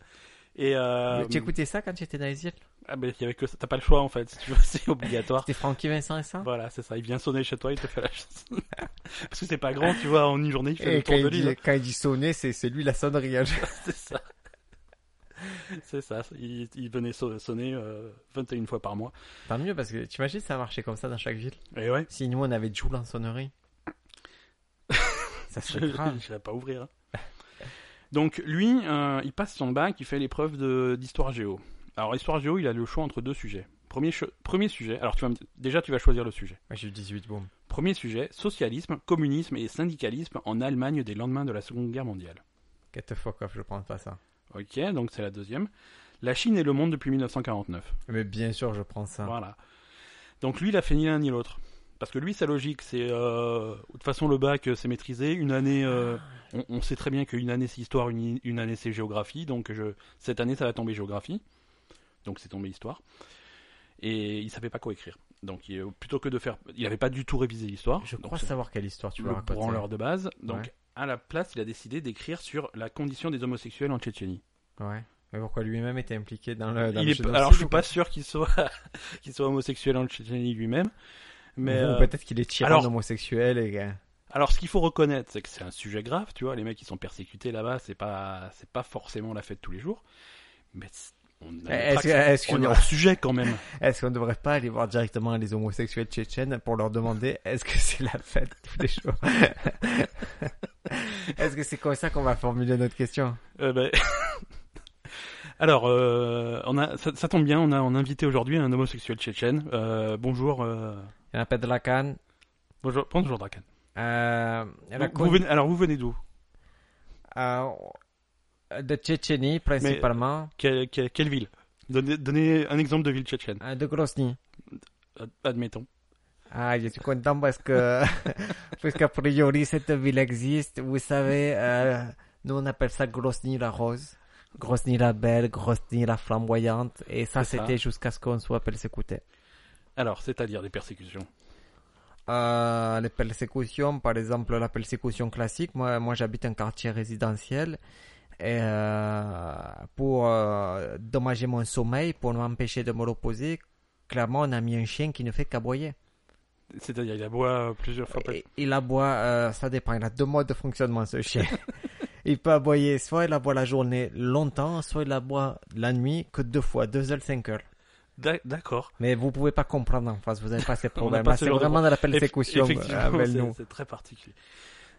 Et euh, Tu écoutais ça quand tu étais dans les îles ah ben, il y avait que ça. T'as pas le choix en fait. Si tu veux, [LAUGHS] c'est obligatoire. C'était Francky Vincent et ça Voilà, c'est ça. Il vient sonner chez toi, il te fait la chanson. [LAUGHS] Parce que c'est pas grand, tu vois, en une journée, il fait Et le quand tour de il, dit, l'île. quand il dit sonner, c'est c'est lui la sonnerie. hein. [LAUGHS] C'est ça. C'est ça. Il, il venait so- sonner euh, 21 fois par mois. [LAUGHS] Tant mieux parce que tu imagines ça marchait comme ça dans chaque ville. Et ouais, Si nous on avait Joule en [LAUGHS] sonnerie, ça je serait grave. ne vais pas ouvrir. hein. Donc lui, euh, il passe son bac, il fait l'épreuve de- d'histoire géo. Alors histoire géo, il a le choix entre deux sujets. Premier, cho- premier sujet, alors tu vas me- déjà tu vas choisir le sujet. Moi j'ai eu 18 boum. Premier sujet, socialisme, communisme et syndicalisme en Allemagne des lendemains de la Seconde Guerre mondiale. Get the fuck off, je prends pas ça. Ok, donc c'est la deuxième. La Chine et le monde depuis 1949. Mais bien sûr, je prends ça. Voilà. Donc lui, il a fait ni l'un ni l'autre. Parce que lui, sa logique, c'est... euh, de toute façon, le bac, euh, c'est maîtrisé. Une année... euh, on, on sait très bien qu'une année, c'est histoire, une, une année, c'est géographie. Donc je, cette année, ça va tomber géographie. Donc c'est tombé histoire. Et il savait pas quoi écrire. Donc il- euh, plutôt que de faire... Il avait pas du tout révisé l'histoire. Je Donc, crois c'est savoir quelle histoire tu veux le raconter. branleur de base. Donc Ouais. à la place, il a décidé d'écrire sur la condition des homosexuels en Tchétchénie. Ouais. Mais pourquoi lui-même était impliqué dans le. Dans Il le est- génocide alors je suis ou pas sûr qu'il soit [LAUGHS] qu'il soit homosexuel en Tchétchénie lui-même, mais Ou euh, peut-être qu'il est tyran alors- homosexuel et. que- alors ce qu'il faut reconnaître c'est que c'est un sujet grave, tu vois, les mecs qui sont persécutés là-bas, c'est pas c'est pas forcément la fête tous les jours, mais c'est- on a une Eh, Est-ce traction- est-ce on qu'on est hors sujet quand [LAUGHS] même. est-ce qu'on devrait pas aller voir directement les homosexuels tchétchènes pour leur demander est-ce que c'est la fête tous les jours [LAUGHS] Est-ce que c'est comme ça qu'on va formuler notre question Euh, ben, [LAUGHS] Alors, euh, on a, ça, ça tombe bien, on a on a invité aujourd'hui un homosexuel tchétchène. Euh, bonjour, euh, Il y en a pas de la canne. bonjour, bonjour Drakan. Euh, il y en a Donc, vous venez- alors vous venez d'où euh, de Tchétchénie principalement, Quelle- quelle- Quelle ville donnez, donnez un exemple de ville tchétchène, euh, de Grosny. ad- admettons. Ah, je suis content parce que, [LAUGHS] parce qu'a priori, cette ville existe. Vous savez, euh, nous, on appelle ça Grosny la rose. Grosny la belle, Grosny la flamboyante. Et ça, C'est ça. c'était jusqu'à ce qu'on soit persécuté. Alors, c'est-à-dire des persécutions. Euh, les persécutions, par exemple, la persécution classique. Moi, moi, j'habite un quartier résidentiel. Et euh, pour euh, dommager mon sommeil, pour m'empêcher de me reposer, clairement, on a mis un chien qui ne fait qu'aboyer. C'est-à-dire, il aboie plusieurs fois. par- Et- Il aboie, euh, ça dépend, il a deux modes de fonctionnement ce [LAUGHS] chien. il peut aboyer, soit il aboie la journée longtemps, soit il aboie la nuit que deux fois, deux heures, cinq heures. D'a- D'accord. Mais vous pouvez pas comprendre en face, vous n'avez pas ces [LAUGHS] On n'a problèmes. pas Là, ce c'est genre de vraiment de la Eff- persécution effectivement, avec c'est- nous. c'est très particulier.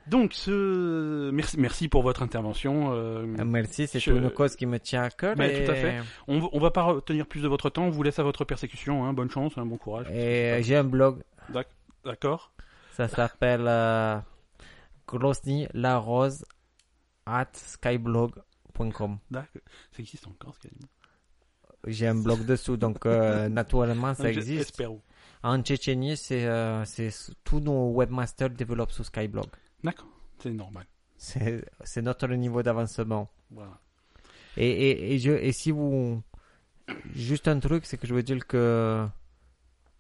Donc, ce... merci, merci pour votre intervention. euh, Merci, c'est Je- une cause qui me tient à cœur. Mais et... tout à fait. on, v- on va pas retenir plus de votre temps. On vous laisse à votre persécution. hein. Bonne chance, hein, bon courage. Et j'ai un blog, D'ac- D'accord. ça s'appelle euh, Grosny la rose at skyblog.com. D'ac- Ça existe encore, ce cadenas. J'ai un blog dessous, donc [LAUGHS] euh, naturellement ça Donc, je- existe. j'espère où. En Tchétchénie, c'est euh, c'est s- tous nos webmasters développent sous Skyblog. D'accord. C'est normal. C'est c'est notre niveau d'avancement. Voilà. Et, et, et, je, et si vous... Juste un truc, c'est que je veux dire que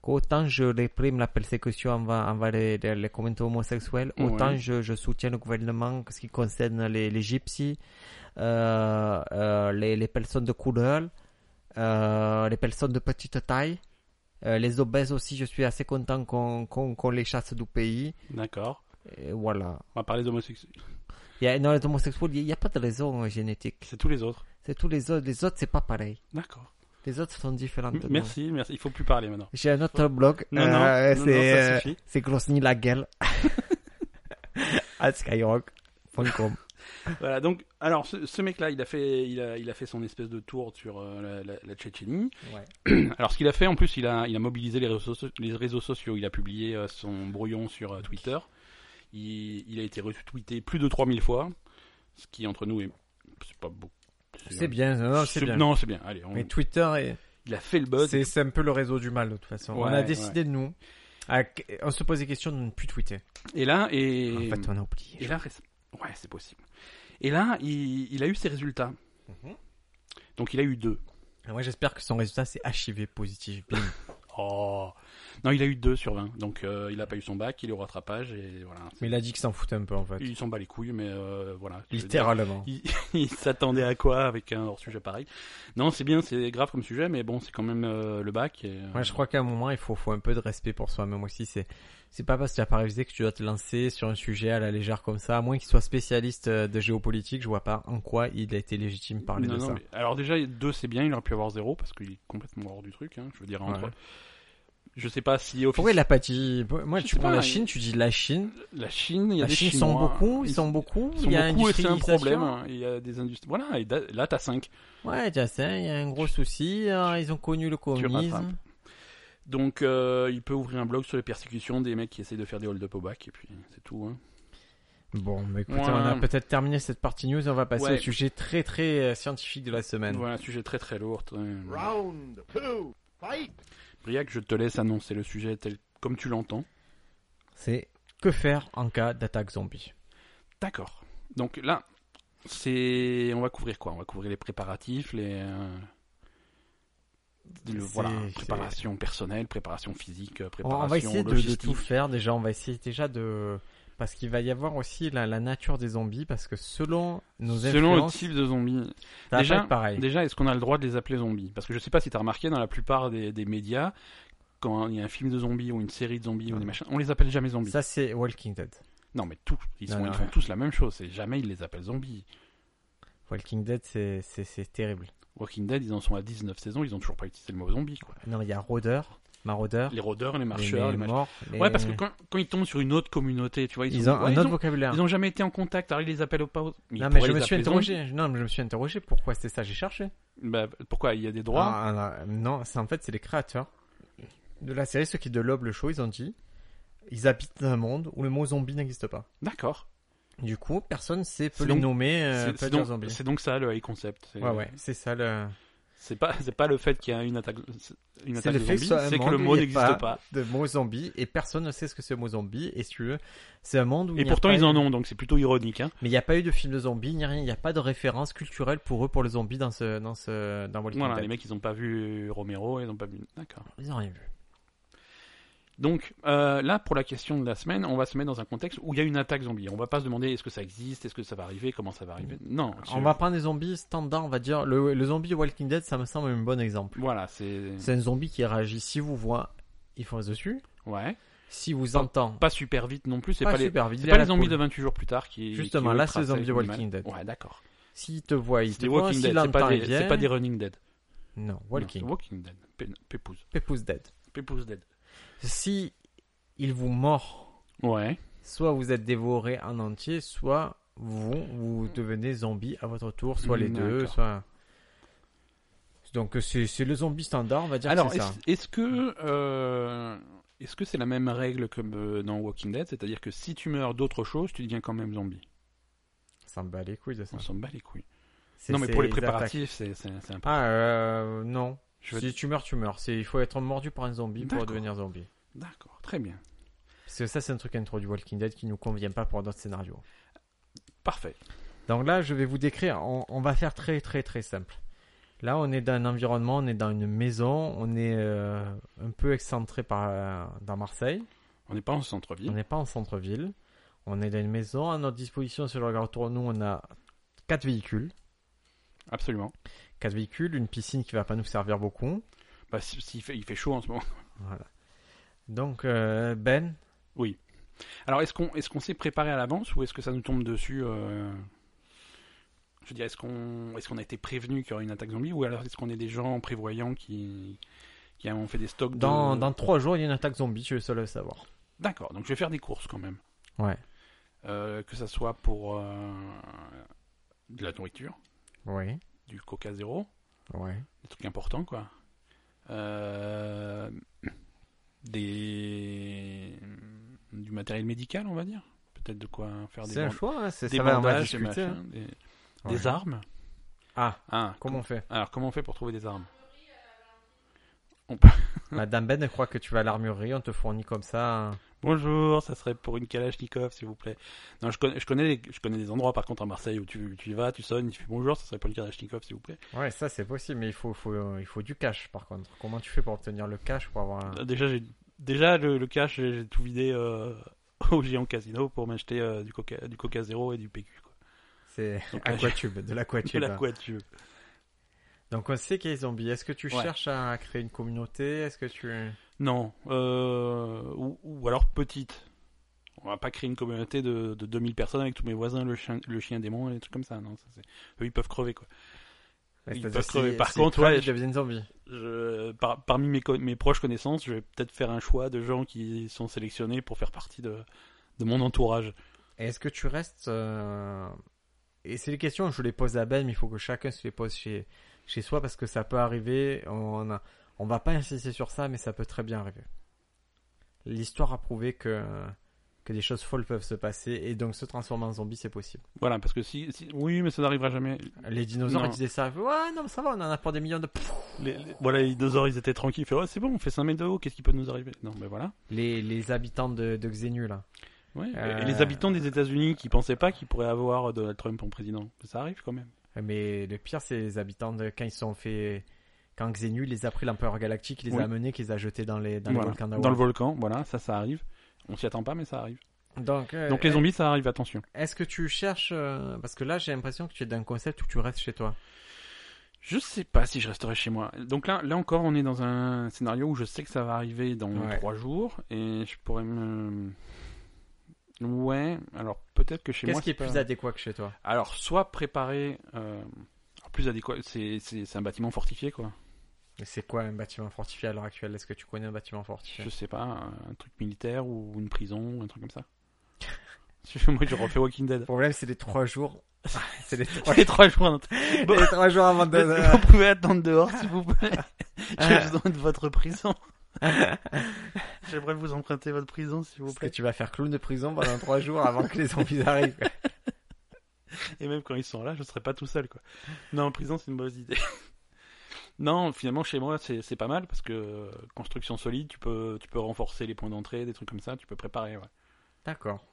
qu'autant je réprime la persécution envers, envers les, les, les communautés homosexuelles, autant Ouais. je, je soutiens le gouvernement en ce qui concerne les, les gypsies, euh, euh, les, les personnes de couleur, euh, les personnes de petite taille. euh, les obèses aussi, je suis assez content qu'on qu'on- qu'on les chasse du pays. D'accord. Et voilà. On va parler d'homosexuels. Il y a, non, les homosexuels, il n'y a pas de raison euh, génétique. C'est tous les autres. C'est tous les autres. Les autres, c'est pas pareil. D'accord. Les autres sont différents. de nous. Merci, merci. Il faut plus parler maintenant. J'ai un autre blog. Non, non, euh, non, non, ça c'est suffit. c'est Grosny la [LAUGHS] gueule. à skyrock.com. Voilà, donc, alors, ce, ce mec-là, il, a fait- il, a, il a fait son espèce de tour sur euh, la, la- la Tchétchénie. Ouais. Alors, ce qu'il a fait, en plus, il a, il a mobilisé les réseaux, soci- les réseaux sociaux. Il a publié euh, son brouillon sur euh, Twitter. Il, il a été retweeté plus de 3000 fois. Ce qui, entre nous, est. C'est pas beaucoup. C'est bien, non, non, c'est bien. Non, c'est bien. Allez, on- Mais Twitter, il a fait le est, buzz. c'est, c'est un peu le réseau du mal de toute façon. on Ouais, a ouais. décidé de nous, à- on se pose des questions de ne plus tweeter. Et là, et. En fait, on a oublié. Et là, réc- ouais, c'est possible. Et là, il, il a eu ses résultats. Mhm. Donc, il a eu deux. Et moi j'espère que son résultat c'est HIV [LAUGHS] positif. Bim. Oh Non, il a eu deux sur 20. Donc, euh, il a pas eu son bac, il est au rattrapage et voilà. Mais il a dit qu'il s'en foutait un peu en fait. Il s'en bat les couilles, mais euh, voilà. Je veux dire, [LAUGHS] Littéralement. Il, il s'attendait à quoi avec un hors-sujet pareil Non, c'est bien, c'est grave comme sujet, mais bon, c'est quand même euh, le bac. Et, euh, Moi je crois qu'à un moment il faut, faut un peu de respect pour soi-même aussi. C'est, c'est pas parce que tu as pas révisé que tu dois te lancer sur un sujet à la légère comme ça. À moins qu'il soit spécialiste euh, de géopolitique, je vois pas en quoi il a été légitime de parler non, de non, ça. mais- alors déjà, deux, c'est bien, il aurait pu avoir zéro parce qu'il est complètement hors du truc, hein, je veux dire, entre... Ouais. Je sais pas si au Pourquoi il a pas dit Moi Je tu sais prends pas, la il- Chine, tu dis la Chine. la Chine, il y a La des Chine sont Chinois, beaucoup, ils ils- sont beaucoup. Ils sont il y a beaucoup et c'est un industrialisation. problème. hein. Il y a des industries. Voilà, et da- là, t'as 5. Ouais, déjà ça, il y a un gros souci. euh, ils ont connu le rattrapes. communisme. Donc, euh, il peut ouvrir un blog sur les persécutions des mecs qui essayent de faire des hold-up au bac, et puis c'est tout. hein. Bon, bah écoutez, Ouais. on a peut-être terminé cette partie news. On va passer Ouais. au sujet très très euh, scientifique de la semaine. Voilà, sujet très très lourd. hein. Round two, fight! Briac, je te laisse annoncer le sujet tel comme tu l'entends. C'est que faire en cas d'attaque zombie. D'accord. Donc là, c'est. On va couvrir quoi On va couvrir les préparatifs, les. euh, le- C'est- voilà, c'est- préparation personnelle, préparation physique, euh, On, préparation on va essayer de, de logistique. tout faire déjà. On va essayer déjà de parce qu'il va y avoir aussi la, la nature des zombies parce que selon nos Selon le influences, type de zombie. ça va déjà- pas être pareil. Déjà, est-ce qu'on a le droit de les appeler zombies Parce que je sais pas si tu as remarqué dans la plupart des, des médias, quand il y a un film de zombies ou une série de zombies ou des machins, on les appelle jamais zombies. Ah. Ça c'est Walking Dead. Non, mais tous, ils, Non, sont- non, ils font ouais. tous la même chose. C'est jamais ils les appellent zombies. Walking Dead c'est c'est- c'est terrible. Walking Dead, ils en sont à 19 saisons, ils ont toujours pas utilisé le mot zombie. Quoi. Non, il y a rôdeur, maraudeur, Les rôdeurs, les marcheurs, les, machins. morts. Ah. les- Ouais, parce que quand, quand ils tombent sur une autre communauté, tu vois, ils, ils sont- ont ouais, un ils autre ont- vocabulaire. ils ont jamais été en contact, alors ils les appellent pas. ils Non pourraient mais je les me suis appeler interrogé. Non mais je me suis interrogé pourquoi c'était ça. J'ai cherché. zombies. Bah, pourquoi Il y a des droits Ah, ah, Non, c'est en fait c'est les créateurs de la série ceux qui développent le show. Ils ont dit ils habitent dans un monde où le mot zombie n'existe pas. D'accord. Du coup, personne sait peut C'est les donc- nommer euh, C'est- peut c'est dire donc, zombie. c'est donc ça le high concept. C'est- Ouais ouais, c'est ça le C'est pas, c'est pas le fait qu'il y a une attaque, une c'est attaque le de fait zombies, que ce soit un c'est que monde le où mot il y a n'existe pas. de mot zombie et personne ne sait ce que c'est le mot zombie et si tu veux, c'est un monde où il Et n'y a pourtant, pas ils eu- en ont, donc c'est plutôt ironique. Hein. Mais il n'y a pas eu de film de zombie ni rien, il n'y a pas de référence culturelle pour eux pour le zombie dans ce dans ce dans Walking Voilà, Dead. les mecs, ils n'ont pas vu Romero, ils n'ont pas vu. D'accord. Ils ont rien vu. Donc euh, là, pour la question de la semaine, on va se mettre dans un contexte où il y a une attaque zombie. On va pas se demander est-ce que ça existe, est-ce que ça va arriver, comment ça va arriver. Non. On c'est- va prendre des zombies standards, on va dire le, le zombie Walking Dead, ça me semble un bon exemple. Voilà, c'est. C'est un zombie qui réagit. Si vous voit, il fonce dessus. Ouais. Si vous entend, Pas super vite non plus. C'est pas, pas, les. super vite. C'est il pas a les la zombies poule. de 28 jours plus tard qui. Justement, qui, eux, là, c'est tracent zombie avec l'animal. Walking Dead. Ouais, d'accord. S'il te voit, il C'est des te voit. Walking S'il Dead, c'est entend, pas, il des, c'est vient. pas des Running Dead. Non, Non, Walking. c'est Walking Dead. Pé- Pépouze. Pépouze Dead. Pépouze Dead. Si il vous mord, Ouais. soit vous êtes dévoré en entier, soit vous, vous devenez zombie à votre tour, soit les deux, D'accord. soit... Donc c'est c'est le zombie standard, on va dire Alors, que c'est ça. est-ce est-ce que euh, est-ce que c'est la même règle que euh, dans Walking Dead, c'est-à-dire que si tu meurs d'autre chose, tu deviens quand même zombie. Ça me bat les couilles de ça. On s'en bat les couilles. C'est- Non, mais c'est pour les attaques. préparatifs, c'est c'est c'est important. Ah, euh, non. Je veux- Si tu meurs, tu meurs. C'est- Il faut être mordu par un zombie pour D'accord. devenir zombie. D'accord, très bien, Parce que ça, c'est un truc intro du Walking Dead qui nous convient pas pour d'autres scénarios. parfait. Donc là, je vais vous décrire, on, on va faire très très très simple. Là, on est dans un environnement, on est dans une maison, on est euh, un peu excentré par, euh, dans Marseille. On n'est pas en On centre-ville. n'est pas en centre-ville. On est dans une maison. À notre disposition, si je regarde autour de nous, on a quatre véhicules. Absolument. Quatre véhicules, une piscine qui va pas nous servir beaucoup. Bah, si- s'il fait- il fait chaud en ce moment. Voilà. Donc, euh, Ben, Alors, est-ce qu'on est-ce qu'on s'est préparé à l'avance ou est-ce que ça nous tombe dessus euh, Je veux dire, est-ce qu'on est qu'on a été prévenu qu'il y aurait une attaque zombie ou alors est-ce qu'on est des gens prévoyants qui, qui ont fait des stocks de- dans, dans trois jours, il y a une attaque zombie, je suis le seul à le savoir. D'accord, donc je vais faire des courses quand même. Ouais. Euh, que ça soit pour euh, de la nourriture, Oui. du coca zéro, Ouais. des trucs importants quoi. Euh, des du matériel médical, on va dire. Peut-être de quoi faire des, C'est un band- choix, hein, c'est- des ça va, on va bandages, des discuter. hein. machins, des- Ouais. des armes. Ah, Ah, comment on fait Alors, comment on fait pour trouver des armes On peut- Madame Ben croit que tu vas à l'armurerie, on te fournit comme ça. un- Bonjour, ça serait pour une Kalachnikov, s'il vous plaît. Non, je connais, je, connais les- je connais des endroits, par contre, à Marseille, où tu, tu y vas, tu sonnes, tu fais bonjour, ça serait pour une Kalachnikov, s'il vous plaît. Ouais, ça c'est possible, mais il faut, faut, euh, il faut du cash par contre. Comment tu fais pour obtenir le cash pour avoir un... Ah, Déjà, j'ai, déjà le, le cash, j'ai j'ai tout vidé euh, [LAUGHS] au géant casino pour m'acheter euh, du, coca, du coca zéro et du PQ. Quoi. C'est Donc, euh, [LAUGHS] aquatube, de Tu [LAUGHS] l'aquatube. la quoi tu veux. Donc on sait qu'il y a des zombies. Est-ce que tu Ouais. cherches à créer une communauté Est-ce que tu... Non, euh, ou, ou alors petite. On va pas créer une communauté de, de 2000 personnes avec tous mes voisins, le chien, le chien démon et des trucs comme ça. Non, ça, c'est- eux, ils peuvent crever, quoi. Ils C'est-à-dire peuvent si- crever. Par si contre, crèvent, ouais, ils deviennent zombies. Je- par- parmi mes, co- mes proches connaissances, je vais peut-être faire un choix de gens qui sont sélectionnés pour faire partie de, de mon entourage. Et Est-ce que tu restes... euh, Et c'est les questions, je les pose à Ben, mais il faut que chacun se les pose chez, chez soi parce que ça peut arriver. On, a... on va pas insister sur ça, mais ça peut très bien arriver. L'histoire a prouvé que... que des choses folles peuvent se passer et donc se transformer en zombie, c'est possible. Voilà, parce que si, si- oui, mais ça n'arrivera jamais. Les dinosaures, Non. ils disaient ça. Ouais, non, mais ça va, on en a pour des millions de. Pfff. Les, les- voilà, les dinosaures, ils étaient tranquilles. Ils faisaient, Ouais, c'est bon, on fait 5 mètres de haut, qu'est-ce qui peut nous arriver Non, mais voilà. Les, les habitants de, de Xenu, là. Ouais. Et- Euh. Et les habitants des États-Unis qui pensaient pas qu'ils pourraient avoir euh, Donald Trump en président, ça arrive quand même. Mais le pire, c'est les habitants de. Quand ils sont fait. Quand Xenu les a pris l'empereur galactique, il les Oui. a amenés, qu'ils a jetés dans les, dans Voilà. les volcans Dans d'Hawaï. le volcan, voilà, ça, ça arrive. On s'y attend pas, mais ça arrive. Donc, euh, Donc les zombies, ça arrive, attention. Est-ce que tu cherches. euh, Parce que là, j'ai l'impression que tu es dans un concept où tu restes chez toi. Je sais pas si je resterai chez moi. Donc là, là encore, on est dans un scénario où je sais que ça va arriver dans Ouais. trois jours et je pourrais me. Ouais. Alors peut-être que chez Qu'est-ce moi. qui est c'est plus pas- adéquat que chez toi Alors soit préparer. euh, alors, plus adéquat. C'est c'est c'est un bâtiment fortifié quoi. Mais C'est quoi un bâtiment fortifié à l'heure actuelle Est-ce que tu connais un bâtiment fortifié Je sais pas, un truc militaire ou une prison ou un truc comme ça. [LAUGHS] moi, je refais Walking Dead. Le problème, c'est les trois jours. Ah, c'est [LAUGHS] les trois, Les trois jours. les trois jours avant [LAUGHS] de. Vous pouvez attendre dehors, s'il vous plaît. J'ai besoin de votre prison. J'aimerais vous emprunter votre prison, s'il vous Parce que tu vas faire clown de prison pendant trois jours avant que les [LAUGHS] zombies arrivent. Et même quand ils sont là, je serai pas tout seul, quoi. Non, prison, c'est une mauvaise idée. [LAUGHS] non, finalement, chez moi, c'est c'est pas mal parce que euh, construction solide, tu peux, tu peux renforcer les points d'entrée, des trucs comme ça, tu peux préparer, ouais. D'accord.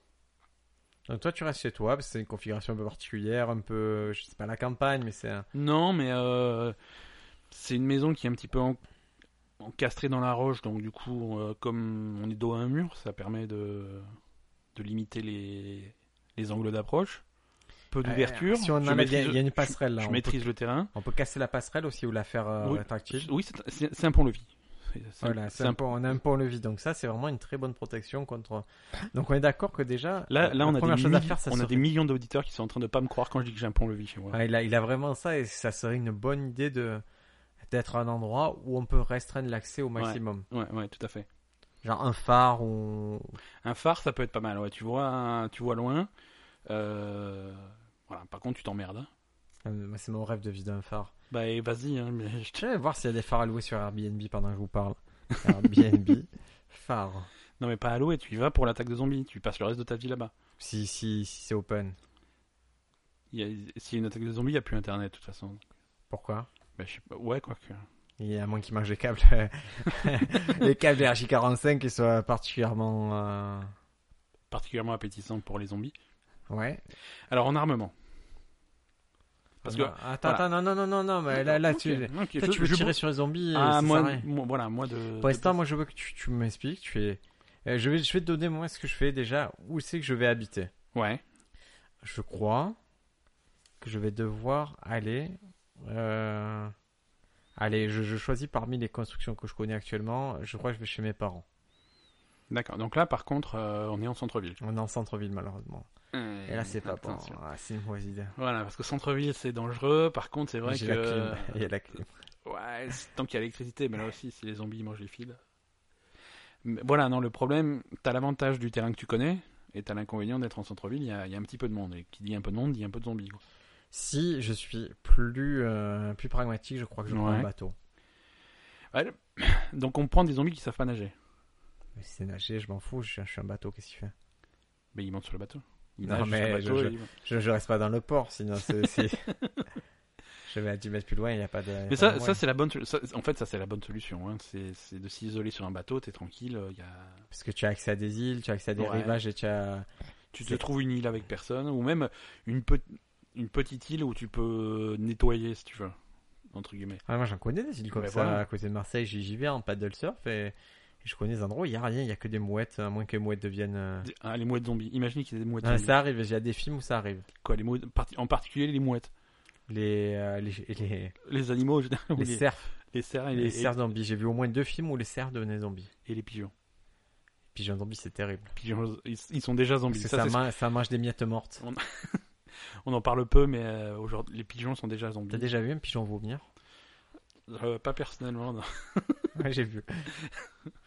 Donc toi, tu restes chez toi, parce que c'est une configuration un peu particulière, un peu, je sais pas, la campagne, mais c'est... un- Non, mais euh, c'est une maison qui est un petit peu en- encastrée dans la roche, donc du coup, euh, comme on est dos à un mur, ça permet de, de limiter les, les angles d'approche. Peu d'ouverture. Euh, Si on Je en met- il y a- maîtrise- il y a une je- passerelle, là. Je, on, maîtrise le terrain. peut, on peut casser la passerelle aussi ou la faire euh, Oui. tactile. Oui, c'est- c'est c'est un pont-levis. C'est- c'est un- Voilà, c'est c'est un un pont- on a un pont-levis, donc ça, c'est vraiment une très bonne protection contre... Donc on est d'accord que déjà, Là, la là on, a des, première chose à millions- faire, ça on a serait- des millions d'auditeurs qui sont en train de pas me croire quand je dis que j'ai un pont-levis chez moi. Ouais, il, a, il a vraiment ça, et ça serait une bonne idée de d'être un endroit où on peut restreindre l'accès au maximum. Ouais, ouais, tout à fait. Genre un phare ou... Un phare, ça peut être pas mal. Ouais, tu vois, un- tu vois loin. Euh, Voilà. Par contre, tu t'emmerdes. hein. Euh, moi, C'est mon rêve de vie d'un phare. Bah, et vas-y. hein, mais je te- Je vais voir s'il y a des phares à louer sur Airbnb pendant que je vous parle. Airbnb, [LAUGHS] phare. Non, mais pas à l'eau et tu y vas pour l'attaque de zombies. Tu passes le reste de ta vie là-bas. Si, si, si c'est open. Il y a- S'il y a une attaque de zombies, il n'y a plus internet, de toute façon. Pourquoi Bah, je sais pas. Ouais, quoi que. Il y a moins qui mange les [LAUGHS] câbles. [LAUGHS] les câbles RJ45 qui soient particulièrement. euh, Particulièrement appétissant pour les zombies. Ouais. Alors, en armement. Parce que Non, Attends, voilà. attends, non, non, non, non, non, mais là, là, Ok, tu, ok, toi, tu veux tirer sur les zombies. Ah, euh, ça moi, sert à rien. moi- voilà, moi de. Pour l'instant, de- moi, je veux que tu, tu m'expliques. Tu es... euh, je, vais, je vais te donner, moi, ce que je fais déjà. Où c'est que je vais habiter Ouais. Je crois que je vais devoir aller. euh, Allez, je, je choisis parmi les constructions que je connais actuellement. Je crois que je vais chez mes parents. D'accord. Donc là, par contre, euh, on est en centre-ville. On est en centre-ville, malheureusement. Et là, c'est pas bon. Ah, c'est une mauvaise idée. Voilà, parce que centre-ville, c'est dangereux. Par contre, c'est vrai J'ai que. la clim. [LAUGHS] Il y a la clim. Ouais, c'est- tant qu'il y a l'électricité, mais là aussi, si les zombies mangent les fils. Mais voilà, non, le problème, t'as l'avantage du terrain que tu connais, et t'as l'inconvénient d'être en centre-ville, il y a, il y a un petit peu de monde. Et qui dit un peu de monde, dit un peu de zombies. quoi. Si je suis plus, euh, plus pragmatique, je crois que je prends Ouais. un bateau. Donc on prend des zombies qui savent pas nager. Mais Bah, si c'est nager, je m'en fous, je suis, je suis un bateau, qu'est-ce qu'il fait Mais ils montent sur le bateau. Ils Non, nagent mais sur le bateau je- et ils vont. je, je reste pas dans le port, sinon c'est. [LAUGHS] c'est- [LAUGHS] je vais à 10 mètres plus loin, il n'y a pas de. il y a Mais pas ça, de ça moyen. c'est la bonne. ça- en fait, ça c'est la bonne solution. hein. C'est c'est de s'isoler sur un bateau, t'es tranquille. euh, y a... Parce que tu as accès à des îles, tu as accès à des Ouais. rivages et tu as. Tu te C'est- trouves une île avec personne, ou même une, pe- une petite île où tu peux nettoyer si tu veux, entre guillemets. Ah, moi j'en connais des îles comme Mais ça, voilà. à côté de Marseille, j'y j'y vais en paddle surf et, et je connais des endroits où il n'y a rien, il n'y a que des mouettes, à moins que les mouettes deviennent. euh, Des- ah, les mouettes zombies. Imagine qu'il y ait des mouettes. Ah, zombies. ça arrive, il y a des films où ça arrive. Quoi, les mouettes- parti- en particulier les mouettes, Les, euh, les, les, les animaux, en général, ou les les, cerfs, les cerfs et les, les, cerfs zombies. J'ai vu au moins deux films où les cerfs devenaient zombies. et les pigeons. Pigeons zombies, c'est terrible. Pigeons, ils, ils sont déjà zombies. Parce que Ça, ça, c'est- ma- ça mange des miettes mortes. on en parle peu, mais euh, aujourd'hui, les pigeons sont déjà zombies. T'as déjà vu un pigeon vomir Euh, pas personnellement. non. [LAUGHS] [LAUGHS] Ouais, j'ai vu.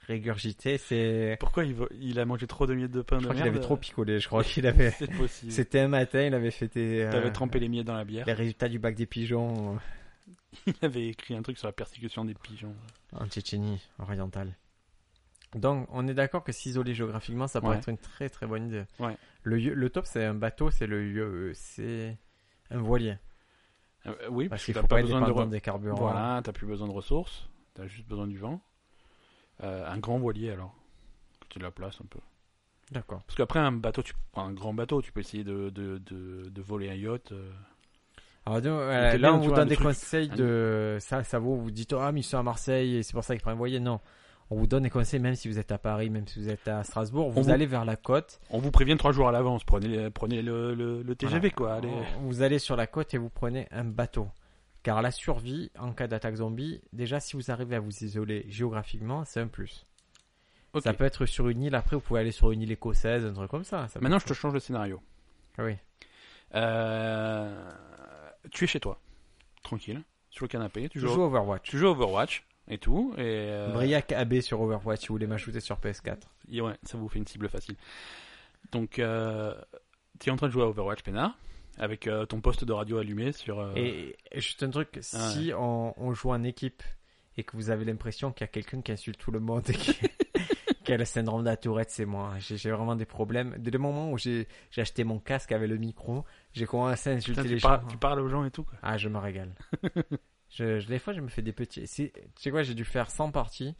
Régurgité, c'est. Pourquoi il, va- il a mangé trop de miettes de pain Je de crois qu'il merde, euh, avait trop picolé. Je crois qu'il avait. C'est possible. C'était un matin, il avait fêté. euh, T'avais trempé les miettes dans la bière. les résultats du bac des pigeons euh, [LAUGHS] Il avait écrit un truc sur la persécution des pigeons. en Tchétchénie orientale. Donc, on est d'accord que s'isoler géographiquement, ça pourrait Ouais. être une très très bonne idée. Ouais. Le, yo- le top, c'est un bateau, c'est le yo- euh, c'est un voilier. Euh, oui, Parce parce qu'il que t'as faut pas pas être besoin de dépendant re- des carburants. Voilà, t'as plus besoin de ressources, t'as juste besoin du vent. Euh, un grand voilier alors, que tu la places un peu. D'accord. Parce qu'après un bateau, tu prends un grand bateau, tu peux essayer de, de, de, de voler un yacht. euh. Alors, donc, euh, c'est là, bien, on tu vous vois, donne le des truc- conseils de. Ça, ça vaut, vous dites, ah, mais ils sont à Marseille et c'est pour ça qu'ils prennent un voilier. Non. On vous donne des conseils, même si vous êtes à Paris, même si vous êtes à Strasbourg, vous vous- allez vers la côte. On vous prévient trois jours à l'avance, prenez, prenez le, le, le TGV quoi. Voilà. allez. Vous allez sur la côte et vous prenez un bateau. Car la survie en cas d'attaque zombie, déjà si vous arrivez à vous isoler géographiquement, c'est un plus. Ok. Oh. Ça peut être sur une île, après vous pouvez aller sur une île écossaise, un truc comme ça. ça peut Maintenant, être- je te change le scénario. Ah Oui. Euh, Tu es chez toi, tranquille, sur le canapé, tu Je joues, joue à Overwatch. tu joues à Overwatch et tout. Et, euh, Briac AB sur Overwatch, si vous voulez m'ajouter sur PS4. Et ouais, ça vous fait une cible facile. Donc, euh, tu es en train de jouer à Overwatch, Pena, avec euh, ton poste de radio allumé sur. euh, Ah Et et juste un truc, si on, on joue en équipe et que vous avez l'impression qu'il y a quelqu'un qui insulte tout le monde et qui, [LAUGHS] qui a le syndrome de la tourette, c'est moi. J'ai j'ai vraiment des problèmes. Dès le moment où j'ai j'ai acheté mon casque avec le micro, j'ai commencé à insulter Putain, tu, les hein. par- gens. tu parles aux gens et tout, quoi. Ah, je [LAUGHS] me régale. je, je- des fois, je me fais des petits. c'est- Tu sais quoi, j'ai dû faire 100 parties.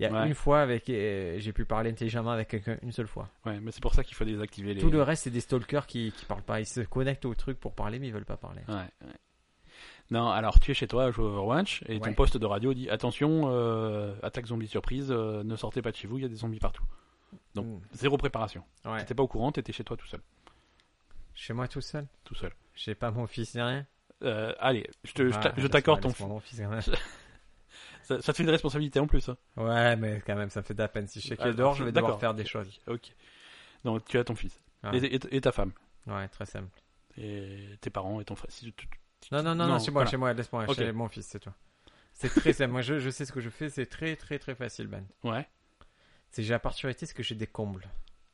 Il y a Ouais. une fois avec, euh, j'ai pu parler intelligemment avec quelqu'un une seule fois. Ouais, mais c'est pour ça qu'il faut désactiver les. Tout le reste, c'est des stalkers qui, qui parlent pas. Ils se connectent au truc pour parler, mais ils veulent pas parler. Ouais, ouais. Non, alors tu es chez toi à jouer à Overwatch et Ouais. ton poste de radio dit attention, euh, attaque zombie surprise, euh, ne sortez pas de chez vous, il y a des zombies partout. Donc, Mm. Zéro préparation. Hmm. Ouais. T'étais pas au courant, t'étais chez toi tout seul. Chez moi tout seul. Tout seul. J'ai pas mon fils ni rien. Euh, allez, je te- je Ah, t'a- je laisse-moi, t'accorde ton. laisse-moi mon fils quand même. Ça, ça te fait une responsabilité en plus. hein. [LAUGHS] Ouais, mais quand même, ça me fait de la peine. Si je sais qu'il est Ah, dehors, je vais devoir d'accord. faire des choses. Ok. Donc tu as ton fils Ah. Et- et- et ta femme. Ouais, très simple. et tes parents et ton frère. Si tu- tu- Non, non, non, non, Non, chez moi, voilà. chez moi, laisse-moi, Ok. chez mon fils, c'est toi. C'est très simple. Moi, je, je sais ce que je fais, c'est très, très, très facile, Ben. Ouais, C'est j'ai la particularité, c'est que j'ai des combles.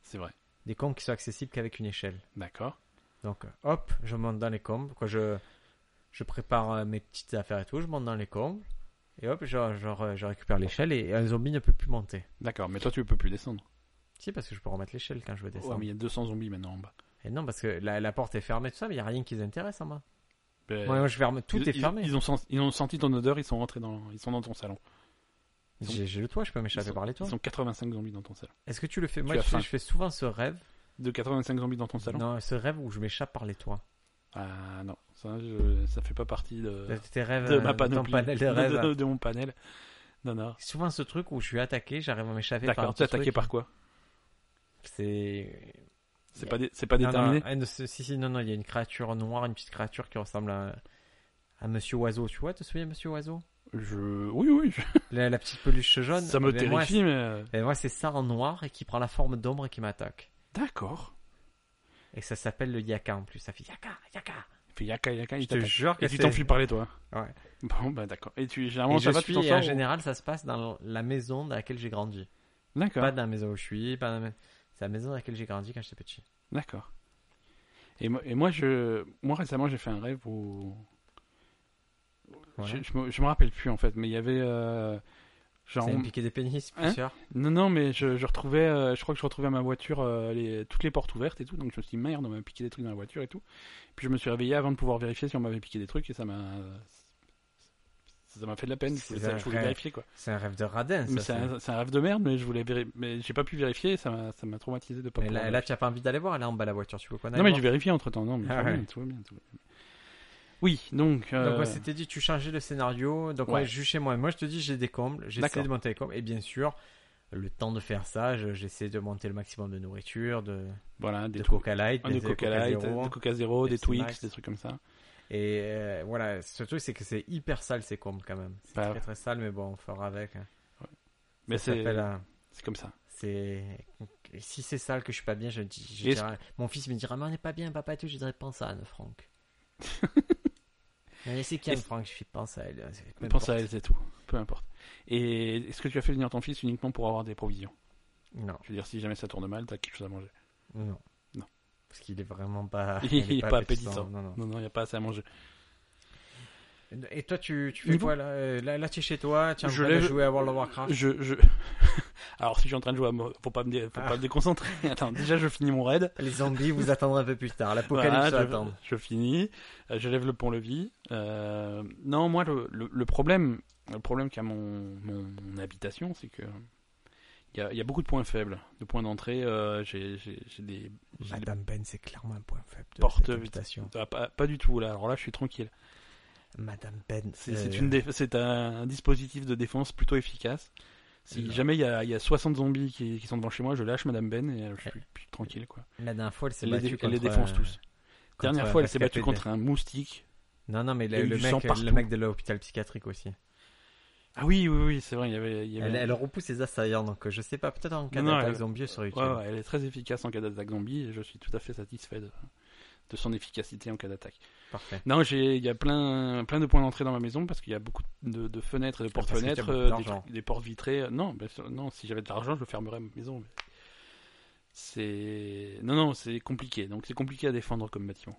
c'est vrai. Des combles qui sont accessibles qu'avec une échelle. D'accord. Donc, hop, je monte dans les combles. Quoi, je, je prépare euh, mes petites affaires et tout, je monte dans les combles. Et hop, je, je, re- je récupère l'échelle et un zombie ne peut plus monter. D'accord, mais toi tu peux plus descendre. Si, parce que je peux remettre l'échelle quand je veux descendre. Ouais, mais il y a 200 zombies maintenant en bas. Et non, parce que la, la porte est fermée, tout ça, mais il n'y a rien qui les intéresse en bas. Ben, Ouais, moi, je ferme, tout ils- est ils- fermé. Ils ont, sens- ils ont senti ton odeur, ils sont rentrés dans, ils sont dans ton salon. ils ont- J'ai j'ai le toit, je peux m'échapper par les Ils toits. sont 85 zombies dans ton salon. Est-ce que tu le fais Moi, Tu je as fais, faim. je fais souvent ce rêve. De 85 zombies dans ton salon Non, ce rêve où je m'échappe par les toits. Ah non, ça, je- ça fait pas partie de, Tes- Tes rêves de euh, ma dans panoplie, le [LAUGHS] panel de, de rêves. de- de mon panel. Non, non. C'est souvent ce truc où je suis attaqué, j'arrive à m'échapper par un D'accord, t'es petit attaqué truc. par quoi C'est. C'est pas, dé- c'est pas Non, déterminé non, un de ce- si, si, non, non, il y a une créature noire, une petite créature qui ressemble à, à Monsieur Oiseau. Tu vois, te souviens de Monsieur Oiseau Je... Oui, oui, je- la, la petite peluche jaune. ça me Eh ben, moi, terrifie, mais... euh, c'est- eh, moi, c'est ça en noir et qui prend la forme d'ombre et qui m'attaque. D'accord. Et ça s'appelle le Yaka en plus. Ça fait Yaka, Yaka. Il fait yaka, yaka, il Je te t'attaque. jure que Et tu t'enfuis par les doigts Ouais. Bon, bah d'accord. Et tu, Et généralement, je ça va, tu suis, t'en et en sors ou- général, ça se passe dans la maison dans laquelle j'ai grandi. D'accord, Pas dans la maison où je suis, pas dans la... ma- c'est la maison dans laquelle j'ai grandi quand j'étais petit. d'accord. Et, moi- et moi, je... Moi, récemment, j'ai fait un rêve où... Voilà. Je, je me, je me rappelle plus, en fait, mais il y avait... euh, Genre, Ça me piquait des pénis, Hein bien sûr. Non, non, mais je, je retrouvais, euh, je crois que je retrouvais à ma voiture euh, les, toutes les portes ouvertes et tout, donc je me suis dit merde, on m'a piqué des trucs dans la voiture et tout. Puis je me suis réveillé avant de pouvoir vérifier si on m'avait piqué des trucs et ça m'a, ça m'a fait de la peine. Je voulais, C'est ça- je voulais vrai. vérifier quoi. C'est un rêve de radin, mais ça. c'est c'est- un, c'est un rêve de merde, mais je voulais, véri- mais j'ai pas pu vérifier, et ça m'a, ça m'a traumatisé de pas Mais pouvoir. là, là, tu as pas envie d'aller voir, là en bas la voiture, tu veux qu'on aille non mais voir j'ai vérifié entre temps, non mais Ah tout va ouais. bien, tout va bien, tout va bien. Oui, donc. Donc euh, on s'était dit tu changeais le scénario, donc Ouais. ouais. juste chez moi. Moi je te dis j'ai des combles, j'essaie D'accord. de monter les combles et bien sûr le temps de faire ça, je- j'essaie de monter le maximum de nourriture, de, voilà, des de trucs. Coca Light, Un de des Coca Coca Light, Zero. de Coca Zero, des des Twix, snacks. des trucs comme ça. Et euh, voilà, ce truc c'est que c'est hyper sale ces combles quand même. C'est Bah. très très sale mais bon on fera avec. hein. Mais Ça c'est, s'appelle un- c'est comme ça. C'est et si c'est sale que je suis pas bien, je dis. je Est-ce- dirai- Mon fils me dira mais on n'est pas bien papa et tout, je dirais pense à Anne Franck. [LAUGHS] mais c'est qui Anne Est-ce- Franck Je fais pense à elle. c'est- peu Pense à importe. elle, c'est tout. Peu importe. Et est-ce que tu as fait venir ton fils uniquement pour avoir des provisions Non. Je veux dire, si jamais ça tourne mal, t'as quelque chose à manger. Non. Non. Parce qu'il est vraiment pas. [LAUGHS] Il est pas appétissant. Non, non. Non, non, il n'y a pas assez à manger. Et toi, tu, tu fais Niveau- quoi là Euh, Là, là tu es chez toi, tu es en Je train de lève- jouer à World of Warcraft. Je, je... [LAUGHS] Alors, si je suis en train de jouer, à mo- faut pas me, dé- faut Ah. pas me déconcentrer. [LAUGHS] Attends, déjà, je finis mon raid. Les zombies vous attendront un peu plus tard. L'apocalypse Voilà, va je- attendre. je, finis. Euh, Je lève le pont-levis. Euh, non, moi, le, le- le problème, le problème qu'a mon, mon, mon habitation, c'est que il y a, il y a beaucoup de points faibles, de points d'entrée. euh, j'ai- j'ai j'ai des j'ai des- Madame Ben, c'est clairement un point faible de Porte cette vite. habitation. Ah, pas, pas du tout là. Alors là, je suis tranquille. Madame Ben, C'est c'est euh, une dé- c'est un, un dispositif de défense plutôt efficace. Si Euh, jamais il y, a, il y a 60 zombies qui, qui sont devant chez moi, je lâche Madame Ben et euh, je suis Ouais. plus tranquille. Quoi. La dernière fois, elle s'est Elle, les, battue dé- contre. elle les défonce euh, tous. contre Dernière un fois, elle s'est battue rescapé de- contre un moustique. Non, non, mais Il y a le, eu le du sang mec, partout. le mec de l'hôpital psychiatrique aussi. Ah oui, oui, oui, c'est vrai. Il y avait, il y avait- Elle, elle repousse les assaillants, donc euh, je sais pas, peut-être en cas Non, non, d'attaque elle- zombie, elle serait utile. Ouais, ouais, elle est très efficace en cas d'attaque zombie et je suis tout à fait satisfait de, de son efficacité en cas d'attaque. Parfait. Non, j'ai- il y a plein, plein de points d'entrée dans ma maison parce qu'il y a beaucoup de, de fenêtres et de parce que tu as porte-fenêtres, beaucoup euh, des, d'argent. trucs- des portes vitrées. Euh, Non, bien sûr, non, si j'avais de l'argent, je fermerais ma maison. mais C'est non, non, c'est compliqué. Donc c'est compliqué à défendre comme bâtiment.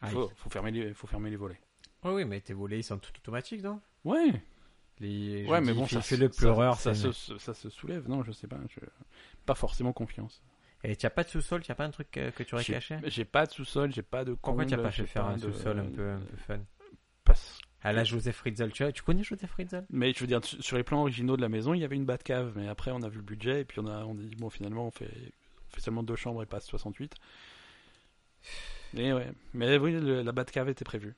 Aïe. Faut, faut fermer les, faut fermer les volets. Ouais, oui, mais tes volets, ils sont tout automatiques, non Ouais, Les- je ouais, mais dis, bon, fais- ça, fais le ça- pleureur, ça, c'est- se, se- ça se soulève. Non, je sais pas, je... pas forcément confiance. Et t'as pas de sous-sol, t'as pas un truc que, que tu aurais J'ai caché j'ai pas de sous-sol, j'ai pas de. Pourquoi t'as comble, pas fait j'ai faire un de- sous-sol un euh, peu, un peu fun Parce À la Joseph Fritzl, tu, tu connais Joseph Fritzl Mais je veux dire, sur sur les plans originaux de la maison, il y avait une cave, mais après on a vu le budget et puis on a on a dit bon finalement on fait, on fait seulement deux chambres et pas 68. Mais ouais, mais oui, le- la cave était prévue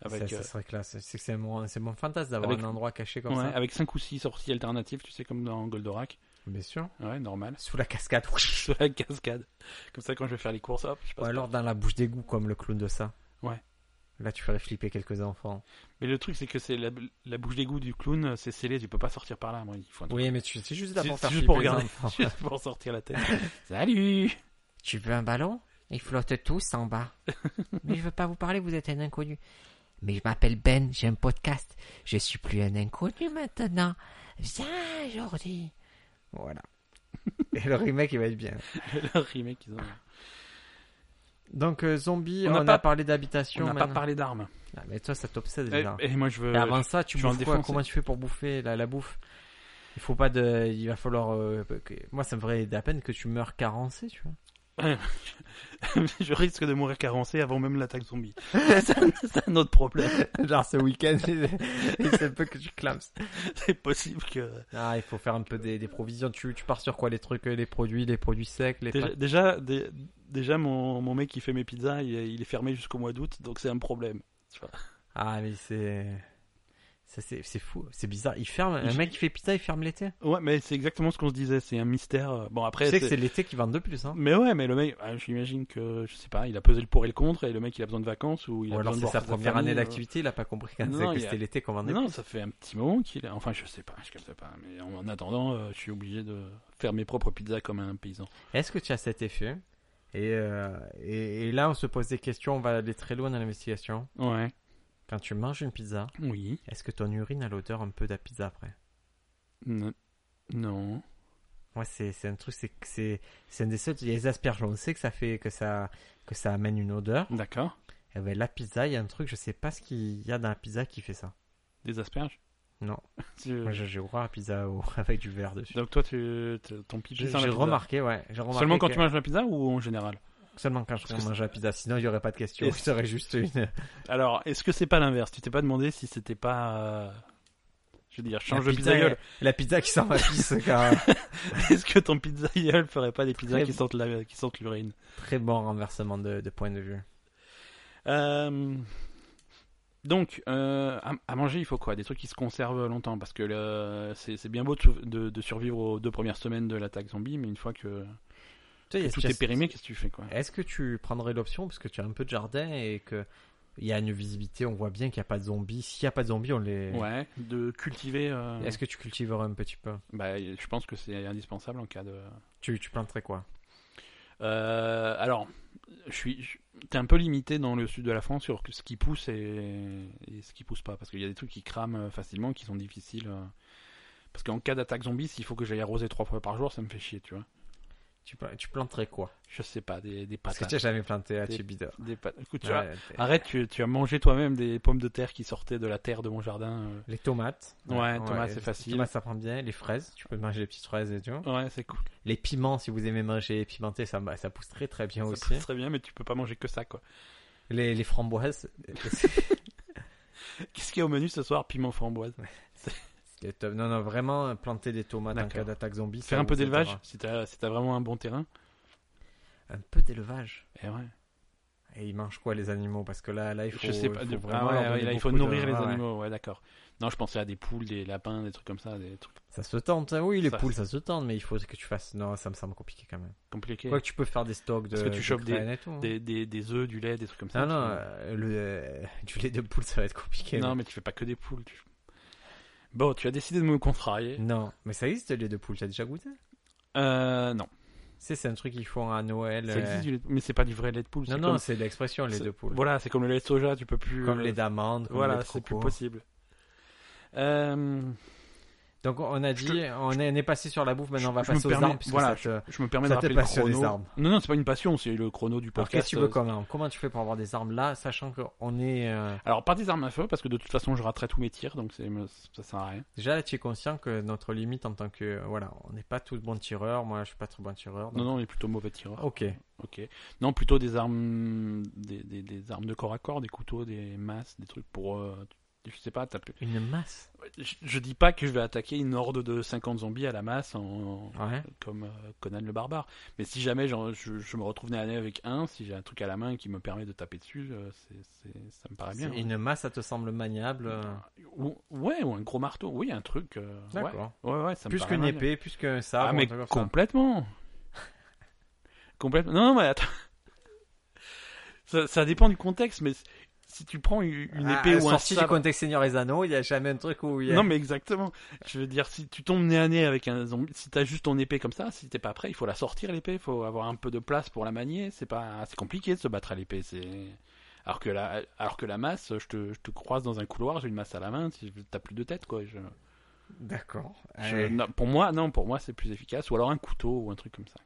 avec ça, euh, ça serait classe. C'est que c'est mon, c'est mon fantasme d'avoir avec- un endroit caché comme euh, ouais, ça. avec cinq ou six sorties alternatives, tu sais comme dans Goldorak, Bien sûr. ouais normal. [LAUGHS] Sous la cascade. Sur la cascade, comme ça quand je vais faire les courses, hop, je Ou passe. alors dans la bouche d'égout, comme le clown de ça. Ouais. Là, tu ferais flipper quelques enfants. Mais le truc c'est que c'est la, la bouche d'égout du clown, c'est scellé, tu peux pas sortir par là. Moi, il faut un truc Oui, mais tu, c'est juste là C'est- pour c'est faire juste flipper pour les regarder. enfants. [LAUGHS] juste pour sortir [LAUGHS] la tête. Salut. Tu veux un ballon Ils flottent tous en [LAUGHS] bas. Mais je veux pas vous parler, vous êtes un inconnu. Mais je m'appelle Ben, j'ai un podcast. Je suis plus un inconnu maintenant. Viens, Jordi. Voilà. Et le remake, il va être bien. Le remake qu'ils ont. Donc, euh, zombie, On on, n'a a pas- parlé d'habitation. On n'a pas maintenant. parlé d'armes. Ah, mais toi, ça t'obsède Et, déjà. et moi je veux. Et avant ça, tu Eh, je suis en bouffes quoi défense. eh. Comment tu fais pour bouffer la, la bouffe Il faut pas de. Il va falloir. euh, que- Moi, ça me ferait de la peine que tu meurs carencé, tu vois. [LAUGHS] je risque de mourir carencé avant même l'attaque [LAUGHS] zombie. c'est un- c'est un autre problème. [LAUGHS] Genre ce week-end, [LAUGHS] c'est un peu que tu clames. C'est possible que. Ah, il faut faire un peu des, des provisions. Tu, tu pars sur quoi Les trucs, euh, les produits, les produits secs, les. Déjà, pâtes déjà, dé- déjà, mon, mon mec qui fait mes pizzas, il, est- il est fermé jusqu'au mois d'août, donc c'est un problème. Ah, mais c'est. ça, C'est c'est fou, c'est bizarre. Il ferme, un Il- mec qui fait pizza, il ferme l'été. Ouais, mais c'est exactement ce qu'on se disait, c'est un mystère. Bon, après, Tu sais que c'est- c'est l'été qui vend de plus, hein. Mais ouais, mais le mec, ah, j'imagine que, je sais pas, il a pesé le pour et le contre, et le mec, il a besoin de vacances, ou il a Ou alors besoin de voir c'est sa famille, première année euh. d'activité, il a pas compris quand Non, c'est- il y que a- c'était l'été qu'on vendait. Non, non, ça fait un petit moment qu'il est... Enfin, je sais pas, je capte pas. Mais en en attendant, euh, je suis obligé de faire mes propres pizzas comme un paysan. Est-ce que tu as cet effet et, euh, et, et là, on se pose des questions, on va aller très loin dans l'investigation. Ouais. Quand tu manges une pizza, Oui. est-ce que ton urine a l'odeur un peu de la pizza après N- Non. Moi, c'est c'est un truc, c'est que c'est c'est un des seuls. Il y a les asperges, on sait que ça fait que ça que ça amène une odeur. D'accord. Et ben, la pizza, il y a un truc, je sais pas ce qu'il y a dans la pizza qui fait ça. Des asperges Non. Tu- Moi, j'ai j'ai horreur à la pizza au- [LAUGHS] avec du verre dessus. Donc toi, tu... tu- ton pipi J'ai sent la j'ai pizza. remarqué, ouais. j'ai remarqué Seulement quand que- tu manges la pizza ou en général Seulement quand je Parce que mange la pizza, sinon il y aurait pas de question. Et- Ça aurait juste une. Alors, est-ce que c'est pas l'inverse Tu t'es pas demandé si c'était pas... euh, Je veux dire, [LAUGHS] change la de pizza gueule. La pizza qui sent ma pisse, quand [LAUGHS] Est-ce que ton pizza gueule ferait pas des pizzas Très qui sentent la- qui sentent l'urine Très bon renversement de, de point de vue. Euh, Donc, euh, à, à manger, il faut quoi Des trucs qui se conservent longtemps, parce que le- c'est c'est bien beau de, sou- de- de survivre aux deux premières semaines de l'attaque zombie, mais une fois que, Tu sais, il y a tout ce- est périmé, qu'est-ce que tu fais quoi Est-ce que tu prendrais l'option, parce que tu as un peu de jardin et que il y a une visibilité, on voit bien qu'il n'y a pas de zombies. S'il n'y a pas de zombies, on les. Ouais, de cultiver. euh, Est-ce que tu cultiverais un petit peu bah, je pense que c'est indispensable en cas de. tu, tu planterais quoi Euh, alors, je suis, je- t'es un peu limité dans le sud de la France sur ce qui pousse et, et ce qui pousse pas, parce qu'il y a des trucs qui crament euh, facilement, qui sont difficiles. euh, Parce qu'en cas d'attaque zombie, s'il faut que j'aille arroser trois fois par jour, ça me fait chier, tu vois. tu, pla- tu planterais quoi Je sais pas, des, des Parce que patates. tu n'as jamais planté à Des- Tibida. Des pat- Écoute, tu vois, arrête, tu, tu as mangé toi-même des pommes de terre qui sortaient de la terre de mon jardin. euh. Les tomates. Ouais, tomates, c'est les facile. Tomates, ça prend bien. Les fraises, tu peux manger les petites fraises et tout. Ouais, c'est cool. Les piments, si vous aimez manger pimenté, ça, bah, ça pousse très très bien Ça aussi. pousse très bien, mais tu peux pas manger que ça, quoi. Les, les framboises, Qu'est-ce qu'il y a au menu ce soir Piment framboise. c'est top. Non, non, vraiment planter des tomates en D'accord. cas d'attaque zombie. ça Faire un peu vous aidera. d'élevage, si t'as si t'as vraiment un bon terrain. Un peu d'élevage. Et ouais. Et ils mangent quoi les animaux Parce que là, là Eh il faut. je sais pas, il de- faut, ah vraiment ouais, leur ouais, donner là, il faut beaucoup de- nourrir les Ah ouais, ouais. animaux, ouais, d'accord. Non, je pensais à des poules, des lapins, des trucs comme ça, des trucs Ça se tente, hein. oui, les Ça- poules ça se tente, mais il faut que tu fasses. Non, ça me semble compliqué quand même. compliqués. Quoi que tu peux faire des stocks de. Parce que tu de chopes des- graines et tout, hein. Des, des, des œufs, du lait, des trucs comme ça. Non, non, tu- euh, le, euh, [LAUGHS] du lait de poule ça va être compliqué. non, mais- mais tu fais pas que des poules. tu- Bon, tu as décidé de me contrarier. Non, mais ça existe le lait de poule, t'as déjà goûté Euh, non. Tu sais, c'est un truc qu'ils font à Noël. Ça euh, existe du lait de- mais c'est pas du vrai lait de poule. Non, c'est non, comme- c'est l'expression lait c'est- de poule. Voilà, c'est comme le lait de soja, tu peux plus. Comme euh, lait d'amande, comme hein. lait Voilà, de c'est plus coco. possible. Euh, Donc on a dit, Je on, est, on est passé sur la bouffe, maintenant on va je me passer aux permets- armes. puisque voilà, ça te- je me permets Ça de t'est rappeler le passionné, chrono. les armes. Non, non, c'est pas une passion, c'est le chrono du Alors podcast. qu'est-ce que tu veux euh, comment Comment tu fais pour avoir des armes là, sachant qu'on est... euh, Alors, pas des armes à feu, parce que de toute façon, je raterai tous mes tirs, donc c'est- ça sert à rien. Déjà là, tu es conscient que notre limite en tant que... Voilà, on n'est pas tous bons tireurs, moi je suis pas très bon tireur. donc- Non, non, on est plutôt mauvais tireur. Ok. Ok. Non, plutôt des armes, des, des, des armes de corps à corps, des couteaux, des masses, des trucs pour. euh, je sais pas, taper. Une masse Je, je dis pas que je vais attaquer une horde de 50 zombies à la masse en, Ouais. comme euh, Conan le barbare. Mais si jamais j'en- je, je me retrouve nez à nez avec un, si j'ai un truc à la main qui me permet de taper dessus, euh, c'est- c'est- ça me paraît bien. hein. C'est- Une masse, ça te semble maniable euh, Ou, ouais, ou un gros marteau. Oui, un truc. euh, ouais, D'accord. ouais, ouais, ça me Plus paraît qu'une mal. épée, plus qu'un Ah, sabre. un mais truc comme ça. complètement. [LAUGHS] complètement. Non, non, mais attends. Ça, ça dépend du contexte, mais si tu prends une une Ah, épée ou un sorti du sabre. contexte Seigneur des Anneaux, il n'y a jamais un truc où il y a... Non, mais exactement. Je veux dire, si tu tombes nez à nez avec un zombie, si t'as juste ton épée comme ça, si t'es pas prêt, il faut la sortir l'épée, il faut avoir un peu de place pour la manier. C'est pas, c'est compliqué de se battre à l'épée. C'est alors que la, alors que la masse, je te, je te croise dans un couloir, j'ai une masse à la main, si- t'as plus de tête, quoi. Je- [LAUGHS] D'accord. Euh, je- Ouais. non, pour moi, non, pour moi, c'est plus efficace. Ou alors un couteau ou un truc comme ça.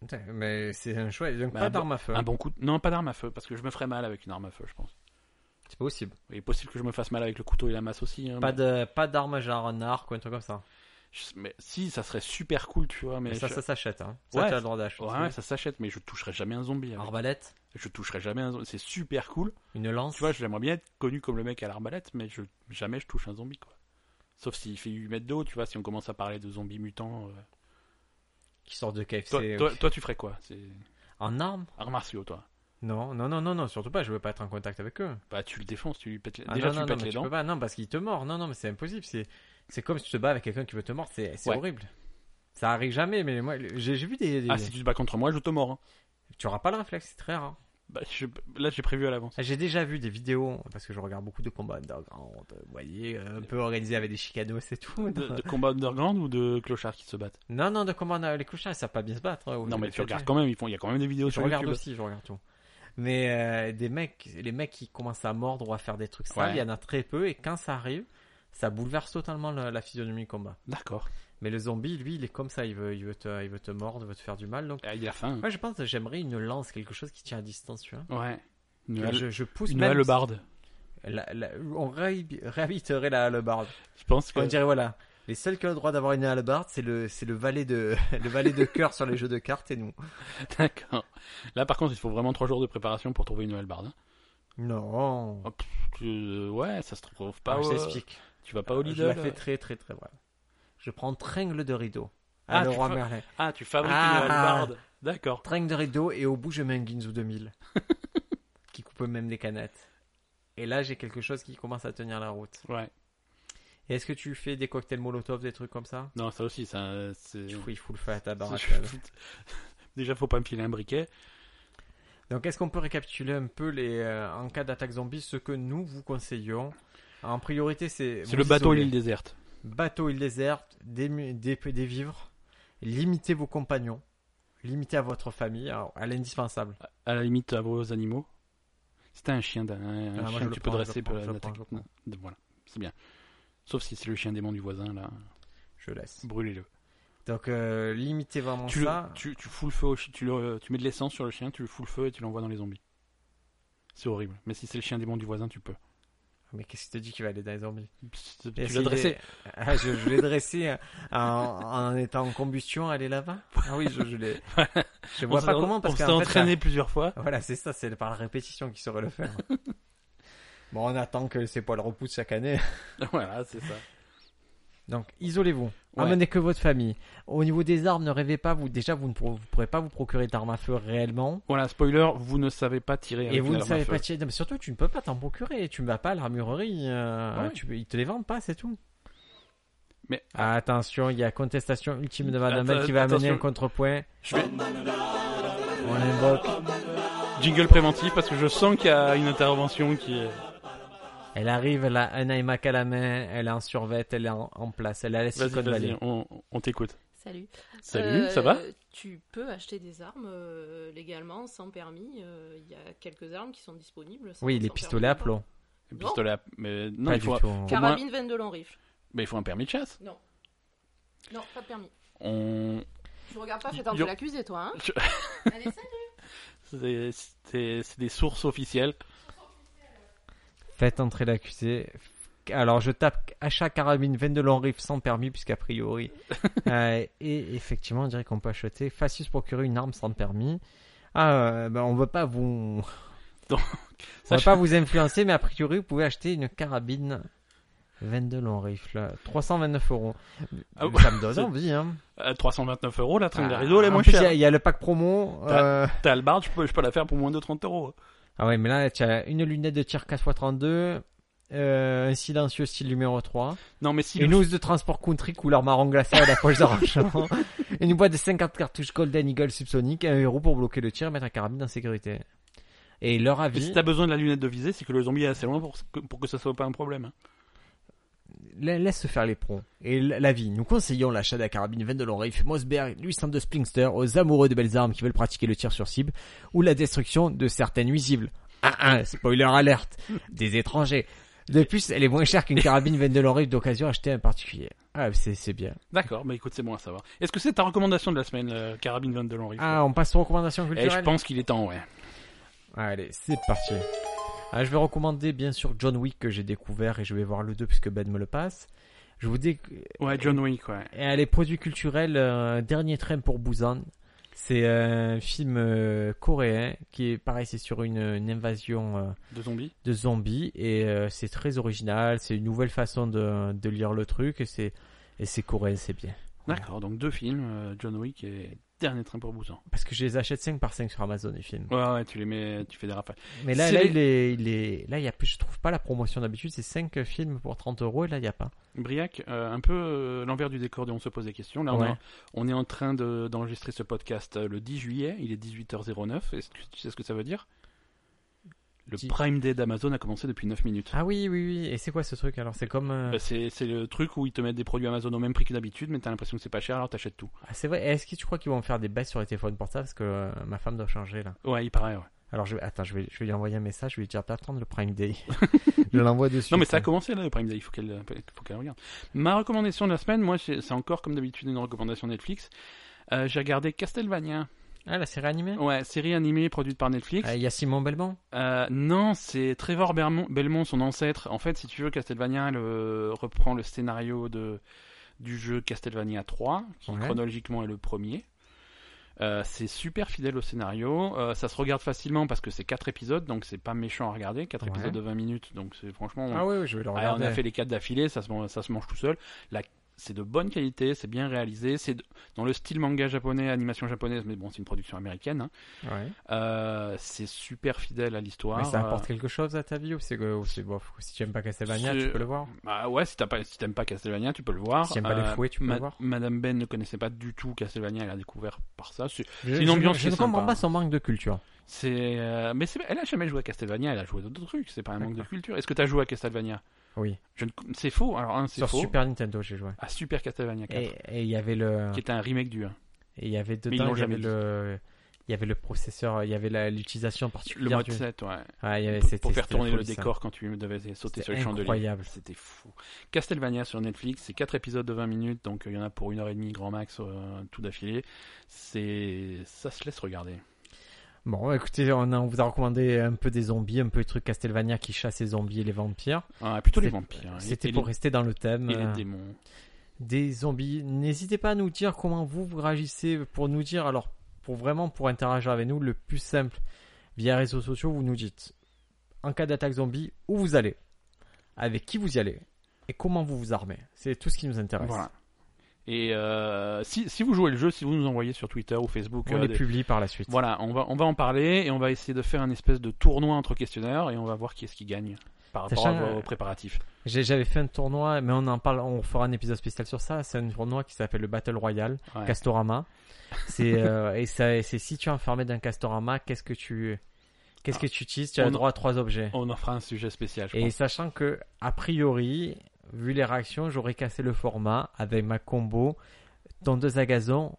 Putain, Mais c'est un choix. Mais Donc pas Bah, un bon- d'arme à feu. Un bon coup. de- Non, pas d'arme à feu, parce que je me ferais mal avec une arme à feu, je pense. C'est possible. Il est possible que je me fasse mal avec le couteau et la masse aussi. hein, Pas mais- de pas d'arme genre un arc ou un truc comme ça. je- mais si, ça serait super cool, tu vois. Mais Mais ça, je- ça s'achète. Hein. Ça, Ouais, tu as le droit d'acheter. Ouais, ouais, ça s'achète, mais je toucherai jamais un zombie. avec. Arbalète, Je toucherai jamais un zombie. C'est super cool. une lance. Tu vois, j'aimerais bien être connu comme le mec à l'arbalète, mais je... jamais je touche un zombie, quoi. Sauf s'il fait 8 mètres d'eau, tu vois, si on commence à parler de zombies mutants. euh. qui sort de KFC. Toi, ok. toi, toi, tu ferais quoi C'est- euh, En armes Arts martiaux, toi. Non, non, non, non, non, surtout pas, je veux pas être en contact avec eux. Bah, tu le défonces, tu lui pètes les... Ah, Déjà, non, tu non, lui non, pètes mais les tu peux dents. pas, non, parce qu'il te mord, non, non, mais c'est impossible, c'est, c'est comme si tu te bats avec quelqu'un qui veut te mordre, c'est, c'est Ouais. horrible. Ça arrive jamais, mais moi, j'ai, j'ai vu des, des- Ah, si tu te bats contre moi, je te mords. hein. tu auras pas le réflexe, c'est très rare. hein. Bah, je- Là, j'ai prévu à l'avance. J'ai déjà vu des vidéos, parce que je regarde beaucoup de combats underground, euh, vous voyez, un peu organisés avec des chicanos et tout. De, de combat underground ou de clochards qui se battent Non, non, de combats, euh, les couchins, ils savent pas bien se battre. hein, au Non, début, mais tu c'est- regardes quand même, ils font... il y a quand même des vidéos Je sur regarde YouTube. aussi, je regarde tout. Mais euh, des mecs, les mecs qui commencent à mordre ou à faire des trucs sales, Ouais. il y en a très peu, et quand ça arrive, ça bouleverse totalement la, la physionomie du combat. D'accord. Mais le zombie, lui, il est comme ça, il veut, il veut, te, il veut te mordre, il veut te faire du mal. Donc, Ah, il a faim. moi, je pense que j'aimerais une lance, quelque chose qui tient à distance, tu vois. Ouais. Une Que halle- je, je pousse une même. hallebarde. la- la- on réhabi- réhabiliterait la hallebarde. Je pense que. On dirait, voilà, les seuls qui ont le droit d'avoir une hallebarde, c'est le, c'est le valet de, [LAUGHS] le valet de cœur sur les jeux de cartes et nous. [LAUGHS] D'accord. Là, par contre, il faut vraiment 3 jours de préparation pour trouver une hallebarde. hein. Non. Oh, Tu- euh, Ouais, ça se trouve pas. Ah, je au- t'explique. Tu vas pas au je Lidl. la euh. fais très, très, très brève. Je prends tringle de rideau. Ah, Ah, le tu roi fais- Merlin. Ah, tu fabriques Ah. une hallebarde. D'accord. Tringle de rideau et au bout, je mets un [LAUGHS] Ginzu 2000. qui coupe même des canettes. Et là, j'ai quelque chose qui commence à tenir la route. Ouais. Et Est-ce que tu fais des cocktails Molotov, des trucs comme ça Non, ça aussi, ça. euh, C'est. Tu fouilles full feu à ta baraque. c'est- [LAUGHS] Déjà, faut pas me filer un briquet. Donc, est-ce qu'on peut récapituler un peu les, euh, en cas d'attaque zombie ce que nous vous conseillons En priorité, c'est C'est vous le bateau à isoler. l'île déserte. bateau île déserte, des, mu- des, des vivres, limitez vos compagnons, limitez à votre famille, alors, à l'indispensable. À la limite, à vos animaux. C'était un chien, d'un- un, Ah, moi, chien je que le tu peux prends, je le dresser prends, pour je le prends, l'attaque. je le prends. Voilà, c'est bien. Sauf si c'est le chien démon du voisin, là, Je laisse. brûlez-le. Donc euh, limitez vraiment Tu, le- ça. tu, tu fous le feu, au chi- tu, le- tu mets de l'essence sur le chien, tu le fous le feu et tu l'envoies dans les zombies. C'est horrible. Mais si c'est le chien démon du voisin, tu peux. Mais qu'est-ce que tu dit qu'il va aller dans les zombies Psst, Tu Est-ce l'as qu'il dressé. est- [LAUGHS] Ah, je, je l'ai dressé en, en étant en combustion, aller là-bas Ah oui, je, [LAUGHS] je l'ai. Je On vois s'est- pas comment parce on qu'en s'est fait, entraîné plusieurs [LAUGHS] fois. Voilà, c'est ça, c'est par la répétition qu'il saurait [LAUGHS] le faire. bon, on attend que ses poils repoussent chaque année. voilà, c'est ça. Donc, isolez-vous. Ouais. Amenez que votre famille. Au niveau des armes, ne rêvez pas. Vous déjà, vous ne pour- vous pourrez pas vous procurer d'armes à feu réellement. Voilà, spoiler, vous ne savez pas tirer avec Et vous ne l'arme à savez feu. pas tirer. Non, mais surtout, tu ne peux pas t'en procurer. Tu ne vas pas à l'armurerie. euh, Ah Ouais. tu peux- Ils te les vendent pas, c'est tout. Ah, Mais- attention, il y a contestation ultime de Madame Attends, Belle qui va amener attention. un contrepoint. Je vais- On invoque. Jingle préventif parce que je sens qu'il y a une intervention qui est. Elle arrive, elle a un iMac à la main, elle est en survette, elle est en, en place, elle a la Vas-y, Silicon vas-y, Valley. on, on t'écoute. Salut. Salut, Euh, ça va Tu peux acheter des armes euh, légalement, sans permis. euh, Il y a quelques armes qui sont disponibles. sans- Oui, les sans pistolets à permis, plomb. Le pistolet à- Mais non, pas il faut, du tout. quoi. Pour moi- Carabine 22 long rifle. mais il faut un permis de chasse. Non. Non, pas de permis. On... Tu regardes pas, fais attendre Yo. de l'accuser, toi. Hein Je- Allez, salut. C'est c'est- c'est des sources officielles. Faites entrer l'accusé. Alors je tape achat carabine 22 long rifle sans permis [LAUGHS] puisqu'a priori. Euh, et effectivement, on dirait qu'on peut acheter facile se procurer une arme sans permis. Ah, euh, ben on veut [LAUGHS] pas vous, on Ça, veut pas vous influencer, mais a priori vous pouvez acheter une carabine 22 long rifle, 329 euros. Ah bon Ça [LAUGHS] me donne envie. Hein. à 329 euros, la traîne de Ah, réseau, elle est en moins plus, il y a- chère. Il y, a le pack promo. euh, T'as le bar, je peux, je peux la faire pour moins de 30 euros. Ah ouais, mais là tu as une lunette de tir 4x32, euh, un silencieux style numéro 3. Non, mais si Une le- housse de transport country couleur marron glacé à la [LAUGHS] poche d'argent. une boîte de 50 cartouches Golden Eagle subsonique, un héros pour bloquer le tir et mettre la carabine en sécurité. Et leur mais si avis, t'as besoin de la lunette de visée, c'est que le zombie est assez loin pour que, pour que ça soit pas un problème. hein. la- laisse se faire les pros. Et l- l'avis, nous conseillons l'achat de la carabine 20 de long rifle Mossberg 802 Springster aux amoureux de belles armes qui veulent pratiquer le tir sur cible ou la destruction de certaines nuisibles. Ah ah, spoiler alerte, des étrangers. De plus, elle est moins chère qu'une carabine 20 de long rifle d'occasion achetée à un particulier. Ah, c'est c'est bien. D'accord, mais écoute, c'est bon à savoir. Est-ce que c'est ta recommandation de la semaine, euh, Carabine 22 Henry Ah, on passe aux recommandations Eh, culturelles. je pense qu'il est temps, ouais. Allez, c'est parti. Ah, je vais recommander bien sûr John Wick que j'ai découvert et je vais voir le 2 puisque Ben me le passe. Je vous dis Ouais, John Wick, ouais. et les produits culturels euh, dernier train pour Busan. C'est un film euh, coréen qui est pareil, c'est sur une, une invasion euh, De zombies de zombies et euh, c'est très original, c'est une nouvelle façon de, de lire le truc et c'est et c'est coréen, c'est bien. D'accord, donc deux films, euh, John Wick et dernier train pour Busan. Parce que je les achète 5 par 5 sur Amazon, les films. Ouais, ouais, tu les mets, tu fais des rafales. Mais là, C'est là, les- il est, il est- là, il y a plus, je trouve pas la promotion d'habitude, c'est 5 films pour 30 euros et là, il y a pas. Briac, euh, un peu euh, l'envers du décor de On se pose des questions. Là, on, Ouais. est en- on est en train de- d'enregistrer ce podcast euh, le 10 juillet, il est 18h09. Est-ce que tu sais ce que ça veut dire Le Dis- Prime Day d'Amazon a commencé depuis 9 minutes. Ah oui, oui, oui. Et c'est quoi ce truc alors? C'est comme, euh, Euh, C'est c'est le truc où ils te mettent des produits Amazon au même prix que d'habitude, mais t'as l'impression que c'est pas cher, alors t'achètes tout. ah, c'est vrai. Est-ce que tu crois qu'ils vont faire des baisses sur les téléphones portables? Parce que euh, ma femme doit changer, là. Ouais, il paraît, ouais. Alors, je vais, attends, je vais, je vais lui envoyer un message, je vais lui dire d'attendre le Prime Day. [LAUGHS] je l'envoie dessus. Non, mais ça a commencé là, le Prime Day, il faut qu'elle euh, faut qu'elle regarde. Ma recommandation de la semaine, moi, c'est c'est encore comme d'habitude une recommandation Netflix. Euh, J'ai regardé Castlevania. Ah, la série animée? Ouais, série animée produite par Netflix. Ah, Il y a Simon Belmont. Euh, non, c'est Trevor Bermont- Belmont, son ancêtre. En fait, si tu veux, Castlevania le- reprend le scénario de, du jeu Castlevania 3, qui Ouais. chronologiquement est le premier. Euh, c'est super fidèle au scénario. Euh, ça se regarde facilement parce que c'est 4 épisodes, donc c'est pas méchant à regarder. 4 Ouais. épisodes de 20 minutes, donc c'est franchement. on- Ah oui, oui, je vais le Ouais, on regarder. a fait les 4 d'affilée, ça se, man- ça se mange tout seul. La- C'est de bonne qualité, c'est bien réalisé. C'est de- dans le style manga japonais, animation japonaise, mais bon, c'est une production américaine. hein. Ouais. Euh, c'est super fidèle à l'histoire. Mais ça Euh, apporte quelque chose à ta vie ou c'est que- ou c'est bof ou Si tu aimes pas Castlevania, c'est- tu peux le voir. Bah ouais, si t'as pas- si t'aimes pas Castlevania, tu peux le voir. Euh, Si t'aimes pas les fouets, tu peux le voir. Madame Ben ne connaissait pas du tout Castlevania, elle a découvert par ça. C'est, Je, une je- ambiance Je, qui est ne comprends sympa. pas son manque de culture. c'est, euh, mais c'est, elle a jamais joué à Castlevania, elle a joué à d'autres trucs. C'est pas un manque de D'accord. culture. Est-ce que t'as joué à Castlevania Oui. Je ne- C'est faux. Alors un, c'est Sur faux. Super Nintendo, j'ai joué. À Super Castlevania 4, Et euh, et il y avait le, qui est un remake du 1. et il y avait Mais ils dedans, l'ont il y avait jamais le, il y avait le processeur, il y avait la- l'utilisation Le particulière mode du. 7, ouais. Ouais, il y avait- Pour- c'était- pour faire c'était la tourner le folie, ça. décor quand tu devais sauter C'était sur le chandelier. incroyable. C'était fou. Castlevania sur Netflix, c'est 4 épisodes de 20 minutes, donc euh, il y en a pour 1h30 grand max, euh, tout d'affilée. C'est... Ça se laisse regarder. Bon, écoutez, on, a- on vous a recommandé un peu des zombies, un peu des trucs Castlevania qui chassent les zombies et les vampires. Ah, plutôt les C'est- vampires. hein. C'était Et pour les- rester dans le thème. et les euh, démons. des zombies. N'hésitez pas à nous dire comment vous, vous réagissez pour nous dire. Alors, pour vraiment pour interagir avec nous, le plus simple via réseaux sociaux, vous nous dites en cas d'attaque zombie où vous allez, avec qui vous y allez et comment vous vous armez. C'est tout ce qui nous intéresse. Voilà. Et euh, si, si vous jouez le jeu, si vous nous envoyez sur Twitter ou Facebook, On euh, les des- publie par la suite. voilà, on va, on va en parler et on va essayer de faire un espèce de tournoi entre questionnaires et on va voir qui est-ce qui gagne par rapport Sachant, à vos euh, préparatifs. J'ai- J'avais fait un tournoi, mais on en parle, on fera un épisode spécial sur ça. C'est un tournoi qui s'appelle le Battle Royale. Ouais. Castorama. [LAUGHS] C'est euh, et ça et c'est si tu es enfermé d'un castorama, qu'est-ce que tu qu'est-ce que tu utilises Tu as On- le droit à trois objets. On en fera un sujet spécial, je Et pense. sachant que a priori, vu les réactions, j'aurais cassé le format avec ma combo tondeuse à gazon,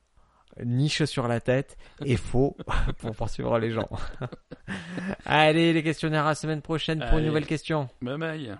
niche sur la tête et faux [LAUGHS] pour [LAUGHS] poursuivre les gens. Allez, les questionnaires à la semaine prochaine pour Allez. une nouvelle question. Bye bye